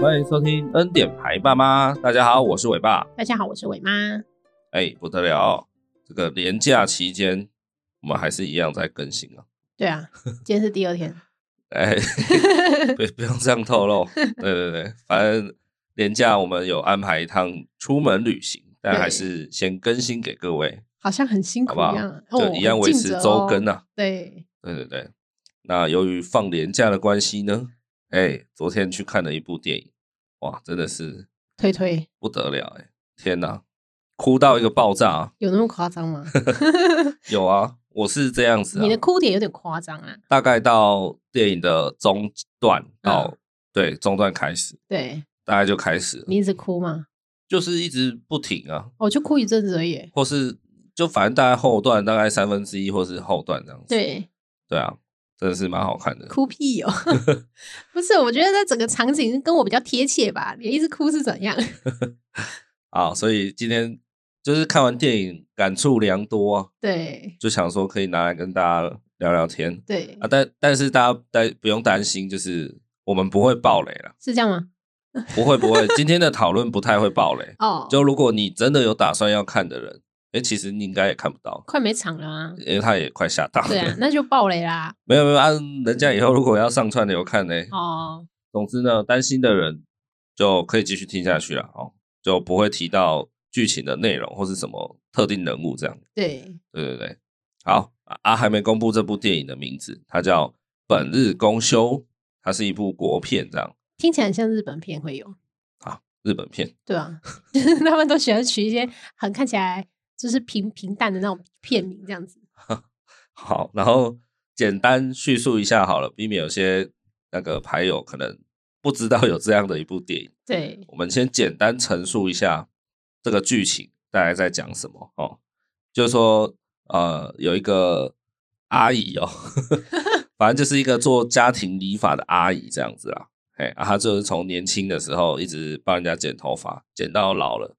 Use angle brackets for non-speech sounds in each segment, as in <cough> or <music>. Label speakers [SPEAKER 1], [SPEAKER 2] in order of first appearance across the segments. [SPEAKER 1] 欢迎收听《恩典牌爸妈》，大家好，我是伟爸。
[SPEAKER 2] 大家好，我是伟妈。
[SPEAKER 1] 哎，不得了，这个连假期间，我们还是一样在更新啊。
[SPEAKER 2] 对啊， <laughs> 今天是第二天，
[SPEAKER 1] <laughs>
[SPEAKER 2] <laughs>
[SPEAKER 1] 哎，不不用这样透露。对对对，反正连假我们有安排一趟出门旅行，但还是先更新给各位，
[SPEAKER 2] 好像很辛苦
[SPEAKER 1] 好
[SPEAKER 2] 一
[SPEAKER 1] 不好
[SPEAKER 2] 样，？哦
[SPEAKER 1] 就一样维持周更
[SPEAKER 2] 啊。
[SPEAKER 1] 啊。
[SPEAKER 2] 对，
[SPEAKER 1] 对对对，那由于放连假的关系呢，哎，昨天去看了一部电影，哇，真的是
[SPEAKER 2] 推推
[SPEAKER 1] 不得了哎、天哪，哭到一个爆炸、啊！
[SPEAKER 2] 有那么夸张
[SPEAKER 1] <laughs>
[SPEAKER 2] 吗？
[SPEAKER 1] 有啊，我是这样子啊
[SPEAKER 2] 你，的哭点有点夸张啊。
[SPEAKER 1] 大概到电影的中段到、
[SPEAKER 2] 嗯
[SPEAKER 1] 对中段开始，
[SPEAKER 2] 对
[SPEAKER 1] 大概就开始了
[SPEAKER 2] 你一直哭吗？
[SPEAKER 1] 就是一直不停啊，
[SPEAKER 2] 我就哭一阵子
[SPEAKER 1] <laughs>
[SPEAKER 2] 而已。
[SPEAKER 1] 或是就反正大概后段大概三分之一或是后段这样子。
[SPEAKER 2] 对，
[SPEAKER 1] 对啊，真的是蛮好看的。
[SPEAKER 2] 哭屁哦！ <laughs> 不是，我觉得那整个场景跟我比较贴切吧。你一直哭是怎样？
[SPEAKER 1] 啊，所以今天就是看完电影感触良多啊，
[SPEAKER 2] 对
[SPEAKER 1] 就想说可以拿来跟大家聊聊天
[SPEAKER 2] 对，
[SPEAKER 1] 啊。但但是大家担不用担心，就是我们不会爆雷啦，
[SPEAKER 2] 是这样吗？
[SPEAKER 1] 不会不会，今天的讨论不太会爆雷。
[SPEAKER 2] 哦，
[SPEAKER 1] 就如果你真的有打算要看的人，哎、其实你应该也看不到，。
[SPEAKER 2] 快没场了啊
[SPEAKER 1] 因为他也快下档了。
[SPEAKER 2] 对啊，那就爆雷啦。
[SPEAKER 1] <laughs> 没有没有啊，人家以后如果要上串流看呢、
[SPEAKER 2] 哦，
[SPEAKER 1] 总之呢，担心的人就可以继续听下去了哦，就不会提到剧情的内容或是什么特定人物这样。
[SPEAKER 2] 对，
[SPEAKER 1] 对对对，好啊啊，还没公布这部电影的名字，它叫《本日公休》，它是一部国片，这样
[SPEAKER 2] 听起来很像日本片会有。
[SPEAKER 1] 日本片。
[SPEAKER 2] 对啊， <laughs> 就是他们都喜欢取一些很看起来就是平平淡的那种片名，这样子。
[SPEAKER 1] 好，然后简单叙述一下好了，避免有些那个牌友可能不知道有这样的一部电影。
[SPEAKER 2] 对，
[SPEAKER 1] 我们先简单陈述一下这个剧情，大概在讲什么哦。就是说，呃，有一个阿姨哦， <laughs> 反正就是一个做家庭理发的阿姨这样子啦。哎，啊，她就是从年轻的时候一直帮人家剪头发，剪到老了，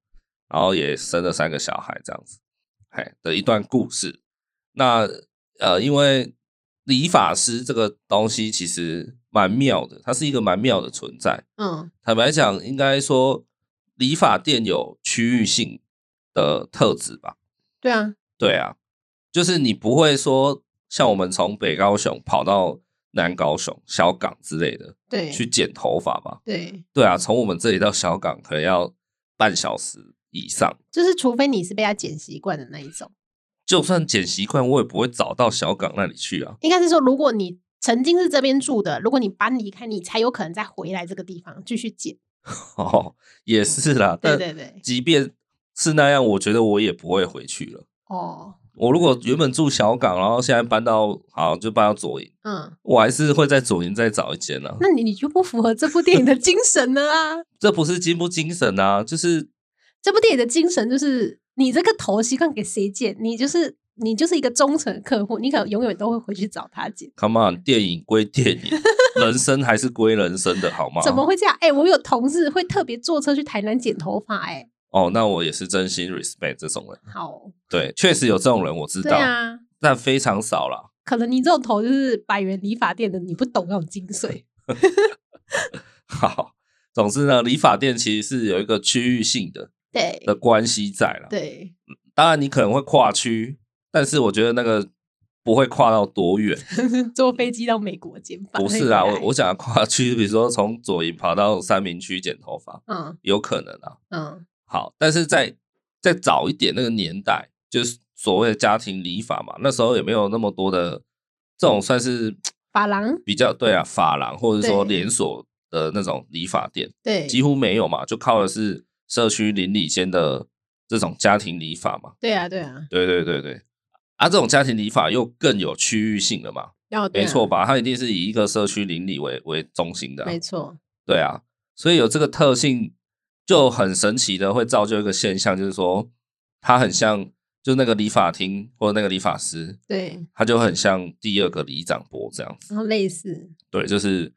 [SPEAKER 1] 然后也生了三个小孩这样子，哎的一段故事。那呃，因为理发师这个东西其实蛮妙的，它是一个蛮妙的存在。
[SPEAKER 2] 嗯，
[SPEAKER 1] 坦白讲，应该说理发店有区域性的特质吧？
[SPEAKER 2] 对啊，
[SPEAKER 1] 对啊，就是你不会说像我们从北高雄跑到南高雄、小港之类的
[SPEAKER 2] 对，
[SPEAKER 1] 去剪头发吧？
[SPEAKER 2] 对，
[SPEAKER 1] 对啊，从我们这里到小港可能要半小时以上，
[SPEAKER 2] 就是除非你是被他剪习惯的那一种，
[SPEAKER 1] 就算剪习惯，我也不会找到小港那里去啊。 <laughs>
[SPEAKER 2] 应该是说，如果你曾经是这边住的，如果你搬离开，你才有可能再回来这个地方继续 <laughs> 剪。
[SPEAKER 1] 哦，也是啦，
[SPEAKER 2] 嗯
[SPEAKER 1] 但
[SPEAKER 2] 对对对，
[SPEAKER 1] 即便是那样，我觉得我也不会回去了。
[SPEAKER 2] 哦，
[SPEAKER 1] 我如果原本住小港，然后现在搬到好就搬到左营，
[SPEAKER 2] 嗯，
[SPEAKER 1] 我还是会在左营再找一间啊。
[SPEAKER 2] 那你你就不符合这部电影的精神了啊！
[SPEAKER 1] 这不是精不精神啊，就是
[SPEAKER 2] 这部电影的精神就是，你这个头习惯给谁剪，你就是你就是一个忠诚的客户，你可能永远都会回去找他剪。
[SPEAKER 1] come on，电影归电影，人生还是归人生的好吗？
[SPEAKER 2] 怎么会这样？哎、我有同事会特别坐车去台南剪头发、哎，
[SPEAKER 1] 哦，那我也是真心 respect 这种人。
[SPEAKER 2] 好，
[SPEAKER 1] 对，确实有这种人，我嗯知
[SPEAKER 2] 对
[SPEAKER 1] 道，
[SPEAKER 2] 啊，
[SPEAKER 1] 但非常少啦。 <laughs>
[SPEAKER 2] 可能你这种头就是百元理发店的，你不懂那种精髓。
[SPEAKER 1] 好，总之呢，理发店其实是有一个区域性的
[SPEAKER 2] 对
[SPEAKER 1] 的关系在啦。
[SPEAKER 2] 对， <laughs>
[SPEAKER 1] 当然你可能会跨区，但是我觉得那个不会跨到多远。
[SPEAKER 2] 坐飞机到美国剪发哎
[SPEAKER 1] 不是啊，
[SPEAKER 2] 再
[SPEAKER 1] 我
[SPEAKER 2] 回来
[SPEAKER 1] 我想要跨区，比如说从左营跑到三明区剪头发，
[SPEAKER 2] 嗯
[SPEAKER 1] 有可能啊。
[SPEAKER 2] 嗯，
[SPEAKER 1] 好，但是在再早一点那个年代，就是所谓的家庭理发嘛，那时候也没有那么多的这种算是
[SPEAKER 2] 发廊
[SPEAKER 1] 比较对啊，发廊或者说
[SPEAKER 2] 对
[SPEAKER 1] 连锁的那种理发店，
[SPEAKER 2] 对
[SPEAKER 1] 几乎没有嘛，就靠的是社区邻里间的这种家庭理发嘛。
[SPEAKER 2] 对啊对啊，
[SPEAKER 1] 对对对对，啊，这种家庭理发又更有区域性了嘛，
[SPEAKER 2] 然后对
[SPEAKER 1] 没
[SPEAKER 2] 啊
[SPEAKER 1] 错吧？它一定是以一个社区邻里为为中心的啊、
[SPEAKER 2] 没错，
[SPEAKER 1] 对啊，所以有这个特性就很神奇的会造就一个现象，就是说它很像，就那个理发厅或者那个理发师，
[SPEAKER 2] 对，
[SPEAKER 1] 他就很像第二个里长伯这样子。
[SPEAKER 2] 然后类似
[SPEAKER 1] 对，就是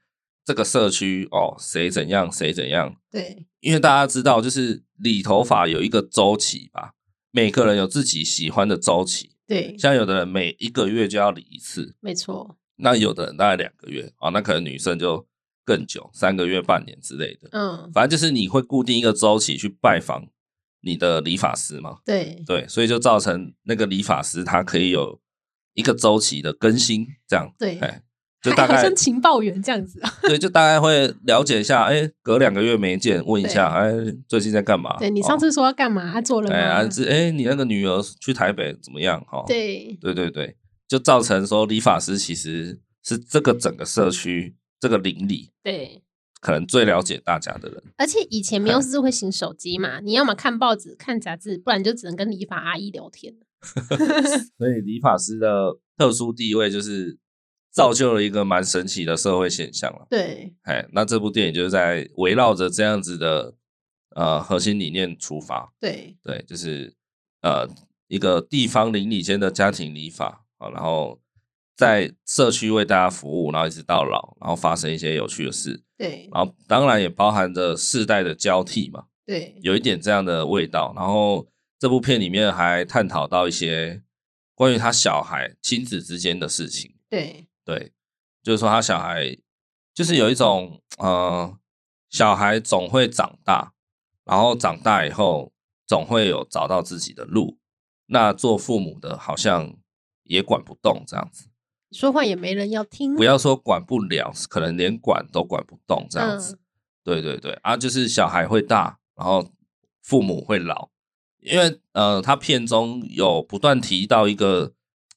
[SPEAKER 1] 这个社区哦，谁怎样谁怎样，
[SPEAKER 2] 对
[SPEAKER 1] 因为大家知道，就是理头发有一个周期吧，每个人有自己喜欢的周期，
[SPEAKER 2] 对，
[SPEAKER 1] 像有的人每一个月就要理一次，
[SPEAKER 2] 没错，
[SPEAKER 1] 那有的人大概两个月啊、哦那可能女生就更久，三个月、半年之类的。
[SPEAKER 2] 嗯，
[SPEAKER 1] 反正就是你会固定一个周期去拜访你的理发师嘛，
[SPEAKER 2] 对，
[SPEAKER 1] 对，所以就造成那个理发师他可以有一个周期的更新，这样
[SPEAKER 2] 对
[SPEAKER 1] 哎，就大
[SPEAKER 2] 好
[SPEAKER 1] 概
[SPEAKER 2] 像情报员这样子。啊
[SPEAKER 1] 对，就大概会了解一下，哎，隔两个月没见，问一下，哎，最近在干嘛？
[SPEAKER 2] 对你上次说要干嘛，他做
[SPEAKER 1] 哦
[SPEAKER 2] 了
[SPEAKER 1] 哎啊
[SPEAKER 2] 吗？
[SPEAKER 1] 这哎，你那个女儿去台北怎么样？哈、哦，
[SPEAKER 2] 对，
[SPEAKER 1] 对对对，就造成说理发师其实是这个整个社区这个邻里
[SPEAKER 2] 对，
[SPEAKER 1] 可能最了解大家的人。
[SPEAKER 2] 而且以前没有智慧型手机嘛，你要么看报纸、看杂志，不然就只能跟理发阿姨聊天。
[SPEAKER 1] 所以理发师的特殊地位就是造就了一个蛮神奇的社会现象了。
[SPEAKER 2] 对，
[SPEAKER 1] 哎，那这部电影就是在围绕着这样子的呃核心理念出发，
[SPEAKER 2] 对，
[SPEAKER 1] 对，就是呃一个地方邻里间的家庭理发啊，然后在社区为大家服务，然后一直到老，然后发生一些有趣的事，
[SPEAKER 2] 对，
[SPEAKER 1] 然后当然也包含着世代的交替嘛，
[SPEAKER 2] 对，
[SPEAKER 1] 有一点这样的味道。然后这部片里面还探讨到一些关于他小孩亲子之间的事情，
[SPEAKER 2] 对，
[SPEAKER 1] 对，就是说他小孩就是有一种呃，小孩总会长大，然后长大以后总会有找到自己的路。那做父母的好像也管不动这样子，
[SPEAKER 2] 说话也没人要听。
[SPEAKER 1] 不要说管不了，可能连管都管不动这样子。
[SPEAKER 2] 嗯
[SPEAKER 1] 对对对啊，就是小孩会大，然后父母会老，因为呃，他片中有不断提到一个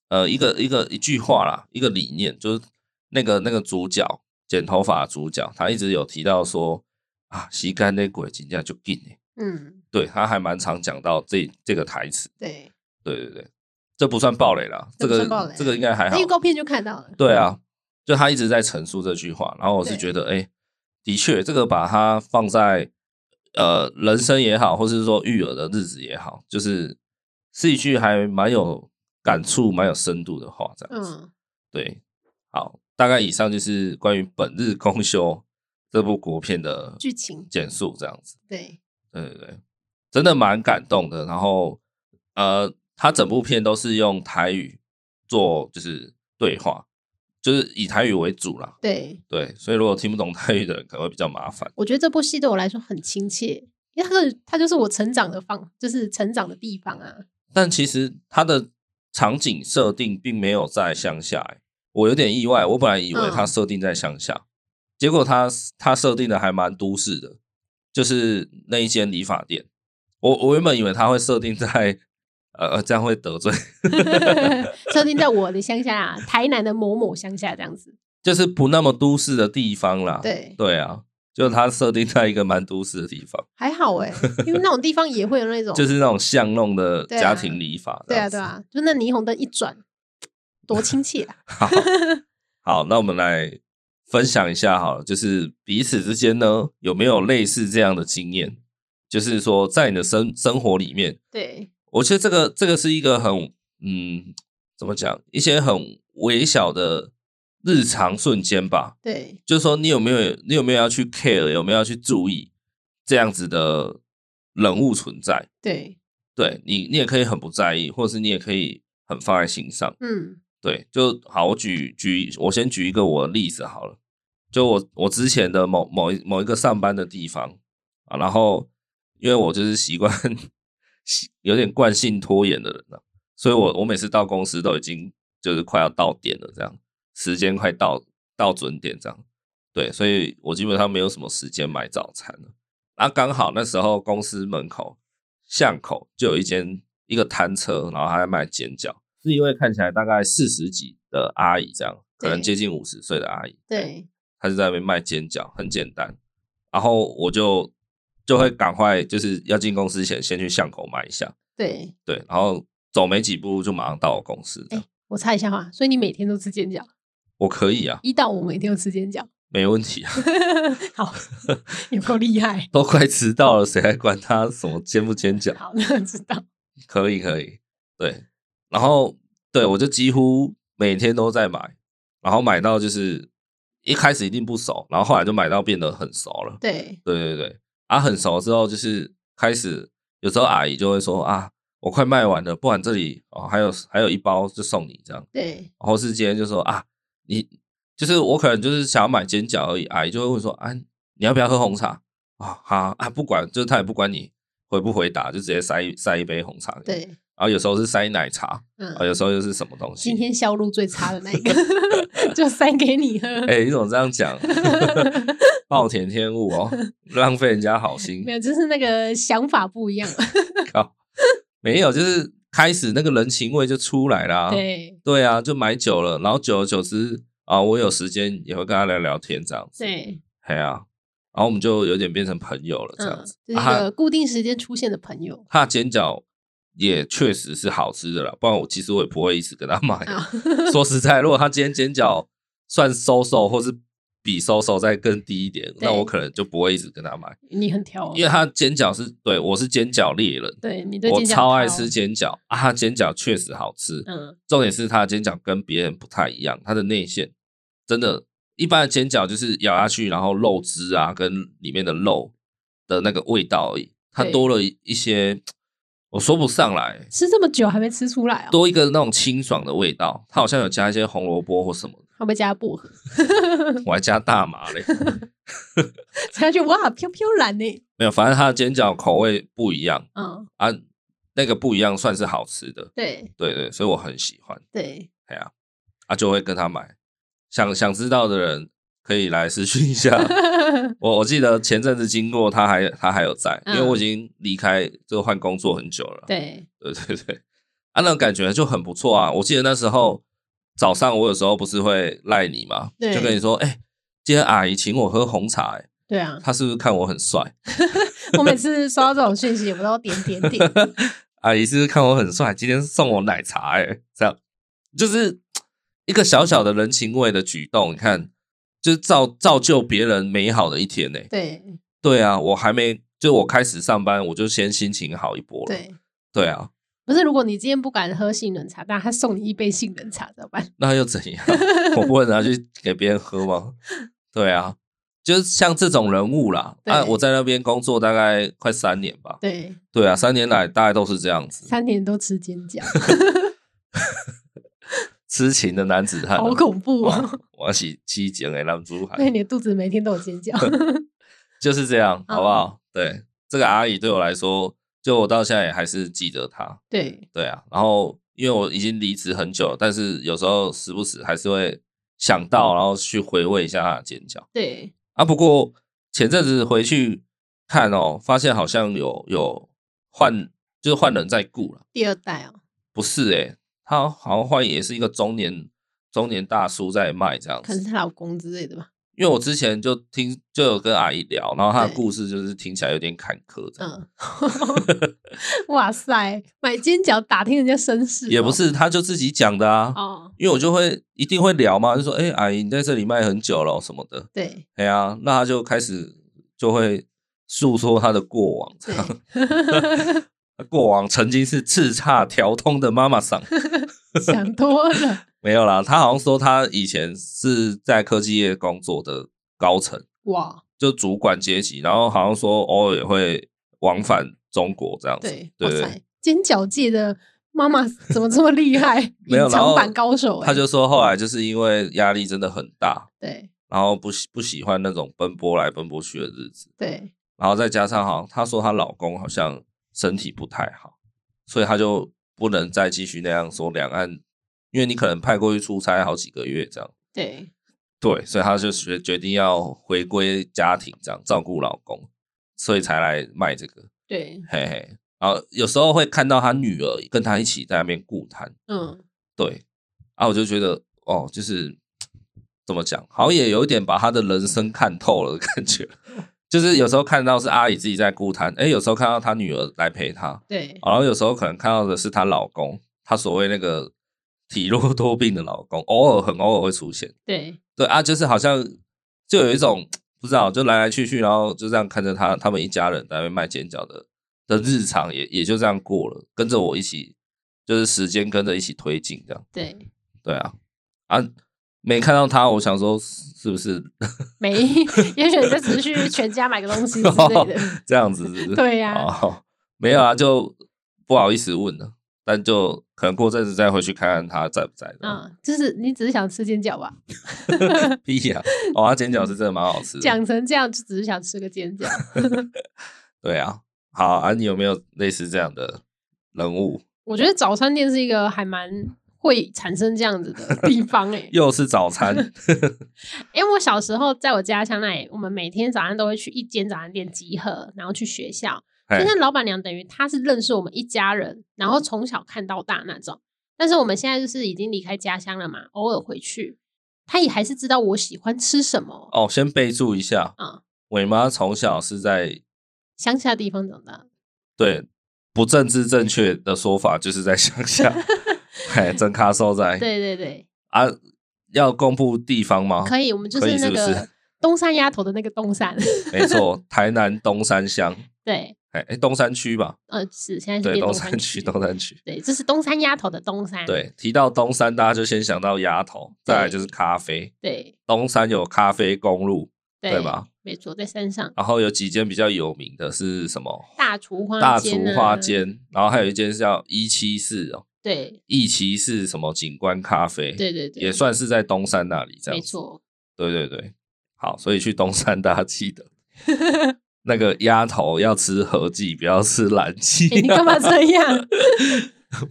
[SPEAKER 1] 呃一个一个一句话啦，一个理念，就是那个那个主角剪头发的主角，他一直有提到说啊，洗干那鬼金价就进欸
[SPEAKER 2] 嗯，
[SPEAKER 1] 对，他还蛮常讲到这这个台词，
[SPEAKER 2] 对，
[SPEAKER 1] 对对对，这不算暴雷啦，这
[SPEAKER 2] 这不
[SPEAKER 1] 个
[SPEAKER 2] 算暴雷
[SPEAKER 1] 这个应该还好
[SPEAKER 2] 那，预告片就看到了。
[SPEAKER 1] 对啊，就他一直在陈述这句话，然后我是
[SPEAKER 2] 对
[SPEAKER 1] 觉得，哎、的确，这个把它放在呃人生也好，或是说育儿的日子也好，就是是一句还蛮有感触、蛮有深度的话，这样子。
[SPEAKER 2] 嗯，
[SPEAKER 1] 对，好，大概以上就是关于本日公休这部国片的
[SPEAKER 2] 剧情
[SPEAKER 1] 简述，这样子。
[SPEAKER 2] 对，
[SPEAKER 1] 对对对，真的蛮感动的。然后呃，他整部片都是用台语做就是对话，就是以台语为主啦。
[SPEAKER 2] 对，
[SPEAKER 1] 对，所以如果听不懂台语的人可能会比较麻烦。
[SPEAKER 2] 我觉得这部戏对我来说很亲切，因为它是它就是我成长的方，就是成长的地方啊。 <laughs>
[SPEAKER 1] 但其实它的场景设定并没有在乡下、欸，我有点意外。我本来以为它设定在乡下，结果它它设定的还蛮都市的，就是那一间理发店。我我原本以为它会设定在 <laughs> 呃呃，这样会得罪。
[SPEAKER 2] 设定在我的乡下，啊台南的某某乡下这样子。
[SPEAKER 1] 就是不那么都市的地方啦。
[SPEAKER 2] 对，
[SPEAKER 1] 啊，就它设定在一个蛮都市的地方，<laughs>
[SPEAKER 2] 还好哎、因为那种地方也会有那种，
[SPEAKER 1] 就是那种巷弄的
[SPEAKER 2] 对啊
[SPEAKER 1] 家庭理法、
[SPEAKER 2] 对啊对。啊，就那霓虹灯一转，多亲切啊！
[SPEAKER 1] 好，好，那我们来分享一下好了，就是彼此之间呢有没有类似这样的经验？就是说，在你的生生活里面，
[SPEAKER 2] <laughs> 对
[SPEAKER 1] 我觉得这个这个是一个很嗯，怎么讲，一些很微小的日常瞬间吧。
[SPEAKER 2] 对
[SPEAKER 1] 就是说你有没有你有没有要去 care，有没有要去注意这样子的人物存在？
[SPEAKER 2] 对，
[SPEAKER 1] 对你，你也可以很不在意，或者是你也可以很放在心上。
[SPEAKER 2] 嗯
[SPEAKER 1] 对，就好，我举举，我先举一个我的例子好了。就我我之前的某某一某一个上班的地方啊，然后因为我就是习惯习有点惯性拖延的人了、所以我我每次到公司都已经就是快要到点了，这样时间快到到准点这样。对，所以我基本上没有什么时间买早餐了。那刚好那时候公司门口巷口就有一间一个摊车，然后还在卖煎饺，是一位看起来大概四十几的阿姨这样，可能
[SPEAKER 2] 对
[SPEAKER 1] 接近五十岁的阿姨。
[SPEAKER 2] 对
[SPEAKER 1] 他就在那边卖煎饺，很简单。然后我就就会赶快，就是要进公司前先去巷口买一下，
[SPEAKER 2] 对，
[SPEAKER 1] 对，然后走没几步就马上到我公司这样。
[SPEAKER 2] 我猜一下哈，所以你每天都吃煎饺，
[SPEAKER 1] 我可以啊，
[SPEAKER 2] 一到五每天都吃煎 <laughs> 饺，
[SPEAKER 1] 没问题啊，
[SPEAKER 2] <laughs> 好，有够厉 <laughs> 害。
[SPEAKER 1] 都快迟到了，谁还管他什么煎不煎饺？
[SPEAKER 2] 好，那知道。
[SPEAKER 1] 可以，可以，对。然后对我就几乎每天都在买，然后买到就是一开始一定不熟，然后后来就买到变得很熟了。
[SPEAKER 2] <laughs> 对
[SPEAKER 1] 对对对，啊，很熟之后就是开始，有时候阿姨就会说啊，我快卖完了，不然这里哦还有还有一包就送你这样，
[SPEAKER 2] 对
[SPEAKER 1] 然后是今天就说啊，你就是我可能就是想要买煎饺而已，阿姨就会问说：“啊，你要不要喝红茶？”啊，好啊，不管，就是他也不管你回不回答，就直接塞一塞一杯红茶。，
[SPEAKER 2] 对，
[SPEAKER 1] 然后有时候是塞奶茶，
[SPEAKER 2] 嗯，
[SPEAKER 1] 啊，有时候又是什么东西。
[SPEAKER 2] 今天销路最差的那 <laughs> 一个就塞给
[SPEAKER 1] <laughs>
[SPEAKER 2] 你喝，
[SPEAKER 1] 哎、你怎么这样
[SPEAKER 2] <laughs>
[SPEAKER 1] 讲？ <laughs> 暴殄天物哦，浪费人家好心
[SPEAKER 2] 没。有，就是那个想法不一样，
[SPEAKER 1] 靠，没有，就是开始那个人情味就出来啦。
[SPEAKER 2] 对
[SPEAKER 1] 对啊，就买酒了，然后久而久之啊，我有时间也会跟他聊聊天这样子。
[SPEAKER 2] 对，
[SPEAKER 1] 哎呀、然后我们就有点变成朋友了这
[SPEAKER 2] 嗯
[SPEAKER 1] 样子。，
[SPEAKER 2] 就是一
[SPEAKER 1] 啊
[SPEAKER 2] 个固定时间出现的朋友
[SPEAKER 1] 他的煎饺也确实是好吃的啦，不然我其实我也不会一直跟他买。
[SPEAKER 2] 啊， <laughs>
[SPEAKER 1] 说实在，如果他今天煎饺算收手，或是比收手再更低一点，那
[SPEAKER 2] 对
[SPEAKER 1] 我可能就不会一直跟他买，
[SPEAKER 2] 你很挑哦，
[SPEAKER 1] 因为他煎饺是对我是煎饺猎人，
[SPEAKER 2] 对你对
[SPEAKER 1] 我
[SPEAKER 2] 煎饺
[SPEAKER 1] 超爱
[SPEAKER 2] 挑
[SPEAKER 1] 吃，煎饺啊，他煎饺确实好吃。
[SPEAKER 2] 嗯，
[SPEAKER 1] 重点是他的煎饺跟别人不太一样，它的内馅真的，一般的煎饺就是咬下去，然后肉汁啊跟里面的肉的那个味道而已，它
[SPEAKER 2] 对
[SPEAKER 1] 多了一一些，我说不上来，
[SPEAKER 2] 吃这么久还没吃出来哦，
[SPEAKER 1] 多一个那种清爽的味道。它好像有加一些红萝卜或什么的，
[SPEAKER 2] 会不会 <laughs> 加薄荷？
[SPEAKER 1] 我还加大麻嘞，
[SPEAKER 2] 才觉得哇，飘飘然呢，
[SPEAKER 1] 没有，反正它的煎饺口味不一样
[SPEAKER 2] 嗯，
[SPEAKER 1] 啊，那个不一样算是好吃的，
[SPEAKER 2] 对
[SPEAKER 1] 对对，所以我很喜欢，
[SPEAKER 2] <laughs> 对，
[SPEAKER 1] 哎呀、啊，就会跟他买。想想知道的人可以来私讯一下。我我记得前阵子经过他还他还有在，因
[SPEAKER 2] 嗯
[SPEAKER 1] 为我已经离开就换工作很久了。
[SPEAKER 2] 对
[SPEAKER 1] 对对对啊，那种感觉就很不错啊！我记得那时候早上我有时候不是会赖你嘛，
[SPEAKER 2] 对
[SPEAKER 1] 就跟你说，哎、今天阿姨请我喝红茶、欸，
[SPEAKER 2] 对啊，
[SPEAKER 1] 她是不是看我很帅？
[SPEAKER 2] 我每次收到这种讯息，也不知道点点点， <laughs>
[SPEAKER 1] 阿姨是不是看我很帅？今天送我奶茶、欸，哎，这样就是一个小小的人情味的举动，你看，就是造造就别人美好的一天呢、欸
[SPEAKER 2] 对
[SPEAKER 1] 对啊，我还没就我开始上班，我就先心情好一波了。
[SPEAKER 2] 对。
[SPEAKER 1] 对啊，
[SPEAKER 2] 不是，如果你今天不敢喝杏仁茶，但他送你一杯杏仁茶怎么办？
[SPEAKER 1] 那又怎样？我不会拿去给别人喝吗？对啊，就是像这种人物啦。
[SPEAKER 2] 对
[SPEAKER 1] 啊，我在那边工作大概快三年吧。
[SPEAKER 2] 对，
[SPEAKER 1] 对啊，三年来大概都是这样子，
[SPEAKER 2] 三年都吃煎 <laughs> 饺，
[SPEAKER 1] 痴情的男子汉啊、
[SPEAKER 2] 好恐怖哦！
[SPEAKER 1] 我是七姐的男珠
[SPEAKER 2] 对，
[SPEAKER 1] 海，
[SPEAKER 2] 你的肚子每天都有尖叫。
[SPEAKER 1] 就是这样，
[SPEAKER 2] 嗯
[SPEAKER 1] 好不好？对，这个阿姨对我来说，就我到现在也还是记得她。
[SPEAKER 2] <laughs> 对，
[SPEAKER 1] 对啊，然后因为我已经离职很久了，但是有时候时不时还是会想到，
[SPEAKER 2] 嗯
[SPEAKER 1] 然后去回味一下他的尖叫
[SPEAKER 2] 对，
[SPEAKER 1] 啊。不过前阵子回去看哦，发现好像有有换，就是换人在雇了，
[SPEAKER 2] 第二代哦，
[SPEAKER 1] 不是诶、他好像换也是一个中年中年大叔在卖这样
[SPEAKER 2] 可能
[SPEAKER 1] 子。
[SPEAKER 2] 是她老公之类的吧。
[SPEAKER 1] 因为我之前就听就有跟阿姨聊，然后她的
[SPEAKER 2] 对
[SPEAKER 1] 故事就是听起来有点坎坷这样。
[SPEAKER 2] <laughs> 嗯，哇塞，买煎饺打听人家身世哦、
[SPEAKER 1] 也不是，她就自己讲的啊，
[SPEAKER 2] 哦，
[SPEAKER 1] 因为我就会一定会聊嘛，就说哎、诶阿姨你在这里卖很久了哦什么的，
[SPEAKER 2] 对
[SPEAKER 1] 哎呀、那他就开始就会诉说他的过往，
[SPEAKER 2] 对
[SPEAKER 1] <laughs> 过往曾经是叱咤调通的妈妈
[SPEAKER 2] <laughs>
[SPEAKER 1] 桑，
[SPEAKER 2] 想多了，
[SPEAKER 1] 没有啦，他好像说他以前是在科技业工作的高层，
[SPEAKER 2] <laughs> 哇，
[SPEAKER 1] 就主管阶级，然后好像说偶尔也会往返中国这样子，
[SPEAKER 2] 对，
[SPEAKER 1] 对
[SPEAKER 2] 哇
[SPEAKER 1] 对
[SPEAKER 2] 塞，煎饺界的妈妈怎么这么厉害？
[SPEAKER 1] <laughs> 没有
[SPEAKER 2] 隐
[SPEAKER 1] 然后
[SPEAKER 2] 藏版高手、欸，
[SPEAKER 1] 他就说后来就是因为压力真的很大，
[SPEAKER 2] 对
[SPEAKER 1] 然后不喜不喜欢那种奔波来奔波去的日子，
[SPEAKER 2] 对
[SPEAKER 1] 然后再加上好像她说她老公好像身体不太好，所以她就不能再继续那样说两岸，因为你可能派过去出差好几个月这样，
[SPEAKER 2] 对，
[SPEAKER 1] 对，所以她就决决定要回归家庭，这样照顾老公，所以才来卖这个，
[SPEAKER 2] 对，
[SPEAKER 1] 嘿嘿。然后有时候会看到她女儿跟她一起在那边顾摊，
[SPEAKER 2] 嗯，
[SPEAKER 1] 对，啊，我就觉得哦，就是怎么讲，好像也有一点把他的人生看透了的感觉。 <laughs> 就是有时候看到是阿姨自己在孤谈，哎，有时候看到她女儿来陪她，
[SPEAKER 2] 对
[SPEAKER 1] 然后有时候可能看到的是她老公，她所谓那个体弱多病的老公，偶尔很偶尔会出现。
[SPEAKER 2] 对
[SPEAKER 1] 对啊，就是好像就有一种不知道，就来来去去，然后就这样看着他他们一家人在那边卖煎饺的的日常也也就这样过了，跟着我一起，就是时间跟着一起推进这样。
[SPEAKER 2] 对，
[SPEAKER 1] 对啊，啊，没看到他，我想说是是不是
[SPEAKER 2] 没， <laughs> 也许你就只是去全家买个东西之
[SPEAKER 1] <laughs>
[SPEAKER 2] 类的，
[SPEAKER 1] 这样子是不是？
[SPEAKER 2] 对呀
[SPEAKER 1] 哦，没有啊，就不好意思问了。但就可能过阵子再回去看看他在不在。嗯，
[SPEAKER 2] <laughs> 嗯，就是你只是想吃煎饺吧？
[SPEAKER 1] <laughs> 屁呀、哦，他煎饺是真的蛮好吃的。
[SPEAKER 2] 嗯讲成这样，就只是想吃个煎
[SPEAKER 1] <laughs>
[SPEAKER 2] 饺。
[SPEAKER 1] 对啊，好啊，你有没有类似这样的人物？
[SPEAKER 2] 我觉得早餐店是一个还蛮会产生这样子的地方哎诶、
[SPEAKER 1] 又是早
[SPEAKER 2] <laughs>
[SPEAKER 1] 餐，
[SPEAKER 2] 因为我小时候在我家乡那里，我们每天早上都会去一间早餐店集合，然后去学校。
[SPEAKER 1] 嘿
[SPEAKER 2] 就像老板娘等于她是认识我们一家人，然后从小看到大那种。但是我们现在就是已经离开家乡了嘛，偶尔回去，她也还是知道我喜欢吃什么。
[SPEAKER 1] 哦，先备注一下，
[SPEAKER 2] 嗯
[SPEAKER 1] 伟妈从小是在
[SPEAKER 2] 乡下地方长大，
[SPEAKER 1] 对不政治正确的说法，就是在乡
[SPEAKER 2] <laughs>
[SPEAKER 1] 下，嘿，真卡收在
[SPEAKER 2] 对对对，
[SPEAKER 1] 啊，要公布地方吗？
[SPEAKER 2] 可以，我们就
[SPEAKER 1] 哦可以是
[SPEAKER 2] 是那
[SPEAKER 1] 不
[SPEAKER 2] 个
[SPEAKER 1] 是
[SPEAKER 2] 东山丫头的那个东山， <laughs>
[SPEAKER 1] 没错，台南东山乡，
[SPEAKER 2] 对，
[SPEAKER 1] 哎哎，东山区吧，
[SPEAKER 2] 呃，是现在是
[SPEAKER 1] 对，
[SPEAKER 2] 变
[SPEAKER 1] 东
[SPEAKER 2] 山
[SPEAKER 1] 山区，东山区。
[SPEAKER 2] 对，这是东山丫头的东山，
[SPEAKER 1] 对，提到东山，大家就先想到鸭头，再来就是咖啡。
[SPEAKER 2] 对
[SPEAKER 1] 东山有咖啡公路，
[SPEAKER 2] 对
[SPEAKER 1] 对吧？
[SPEAKER 2] 没错，在山上
[SPEAKER 1] 然后有几间比较有名的是什么？
[SPEAKER 2] 大厨花
[SPEAKER 1] 大
[SPEAKER 2] 间
[SPEAKER 1] 厨
[SPEAKER 2] 啊
[SPEAKER 1] 花，间，然后还有一间是叫一七四哦，
[SPEAKER 2] 对
[SPEAKER 1] 一七四什么景观咖啡，
[SPEAKER 2] 对对对，
[SPEAKER 1] 也算是在东山那里这
[SPEAKER 2] 没
[SPEAKER 1] 样子。
[SPEAKER 2] 错，
[SPEAKER 1] 对对对，好，所以去东山大家记
[SPEAKER 2] <laughs>
[SPEAKER 1] 得那个鸭头要吃合记，不要吃蓝记。
[SPEAKER 2] 哎，你干嘛这样？
[SPEAKER 1] <laughs>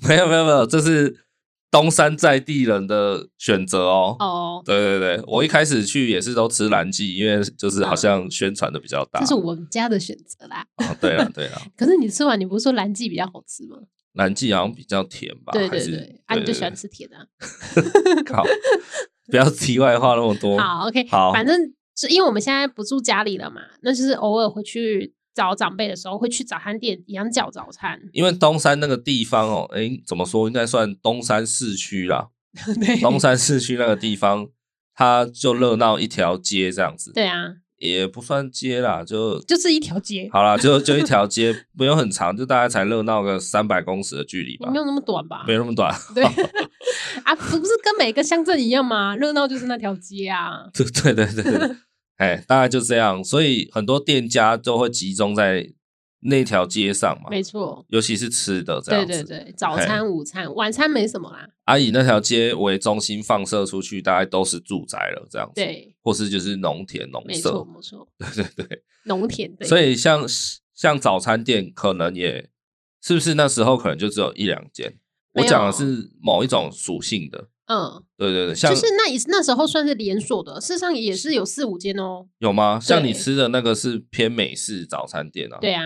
[SPEAKER 1] 没有没有没有，这是东山在地人的选择哦。
[SPEAKER 2] 哦，
[SPEAKER 1] 对对对，我一开始去也是都吃蓝记，因为就是好像宣传的比较大。
[SPEAKER 2] 嗯这是我们家的选择啦。
[SPEAKER 1] 哦对了对了，
[SPEAKER 2] 可是你吃完，你不是说蓝记比较好吃吗？
[SPEAKER 1] 蓝记好像比较甜吧？
[SPEAKER 2] 对
[SPEAKER 1] 还
[SPEAKER 2] 对
[SPEAKER 1] 是
[SPEAKER 2] 对，啊，你就喜欢吃甜的啊。
[SPEAKER 1] 对
[SPEAKER 2] <laughs>
[SPEAKER 1] 对好，不要题外话那么多。
[SPEAKER 2] 好，OK，
[SPEAKER 1] 好
[SPEAKER 2] 反正是因为我们现在不住家里了嘛，那就是偶尔回去找长辈的时候，会去早餐店一样叫早餐。 <laughs>
[SPEAKER 1] 因为东山那个地方哦，诶，怎么说？应该算东山市区啦。
[SPEAKER 2] 对，
[SPEAKER 1] 东山市区那个地方，它就热闹一条街这样子，
[SPEAKER 2] 对啊，
[SPEAKER 1] 也不算街啦，就
[SPEAKER 2] 就是一条街，
[SPEAKER 1] 好啦，就就一条
[SPEAKER 2] <laughs>
[SPEAKER 1] 街，没有很长，就大概才热闹个三百公尺的距离吧
[SPEAKER 2] 没，有那么短吧
[SPEAKER 1] 没？有那么短。 <laughs>
[SPEAKER 2] 对啊，不是跟每个乡镇一样吗？热闹就是那条街啊。
[SPEAKER 1] 对对对对
[SPEAKER 2] <laughs>
[SPEAKER 1] 对，哎，大概就这样。所以很多店家都会集中在那条街上嘛，
[SPEAKER 2] 没错，
[SPEAKER 1] 尤其是吃的这样
[SPEAKER 2] 对
[SPEAKER 1] 子。
[SPEAKER 2] 对对，早餐、午餐、晚餐没什么啦。
[SPEAKER 1] 啊，以那条街为中心放射出去，大概都是住宅了这样子，，
[SPEAKER 2] 对，
[SPEAKER 1] 或是就是农田农
[SPEAKER 2] 没错
[SPEAKER 1] 舍，
[SPEAKER 2] 没错，
[SPEAKER 1] <laughs> 对对对。
[SPEAKER 2] 农田对。
[SPEAKER 1] 所以像像早餐店，可能也是不是那时候可能就只有一两间。我
[SPEAKER 2] 没有
[SPEAKER 1] 讲的是某一种属性的，
[SPEAKER 2] 嗯，
[SPEAKER 1] 对对对，像
[SPEAKER 2] 就是那也是那时候算是连锁的，事实上也是有四五间哦。
[SPEAKER 1] 有吗？像你
[SPEAKER 2] 对
[SPEAKER 1] 吃的那个是偏美式早餐店啊，
[SPEAKER 2] 对，啊，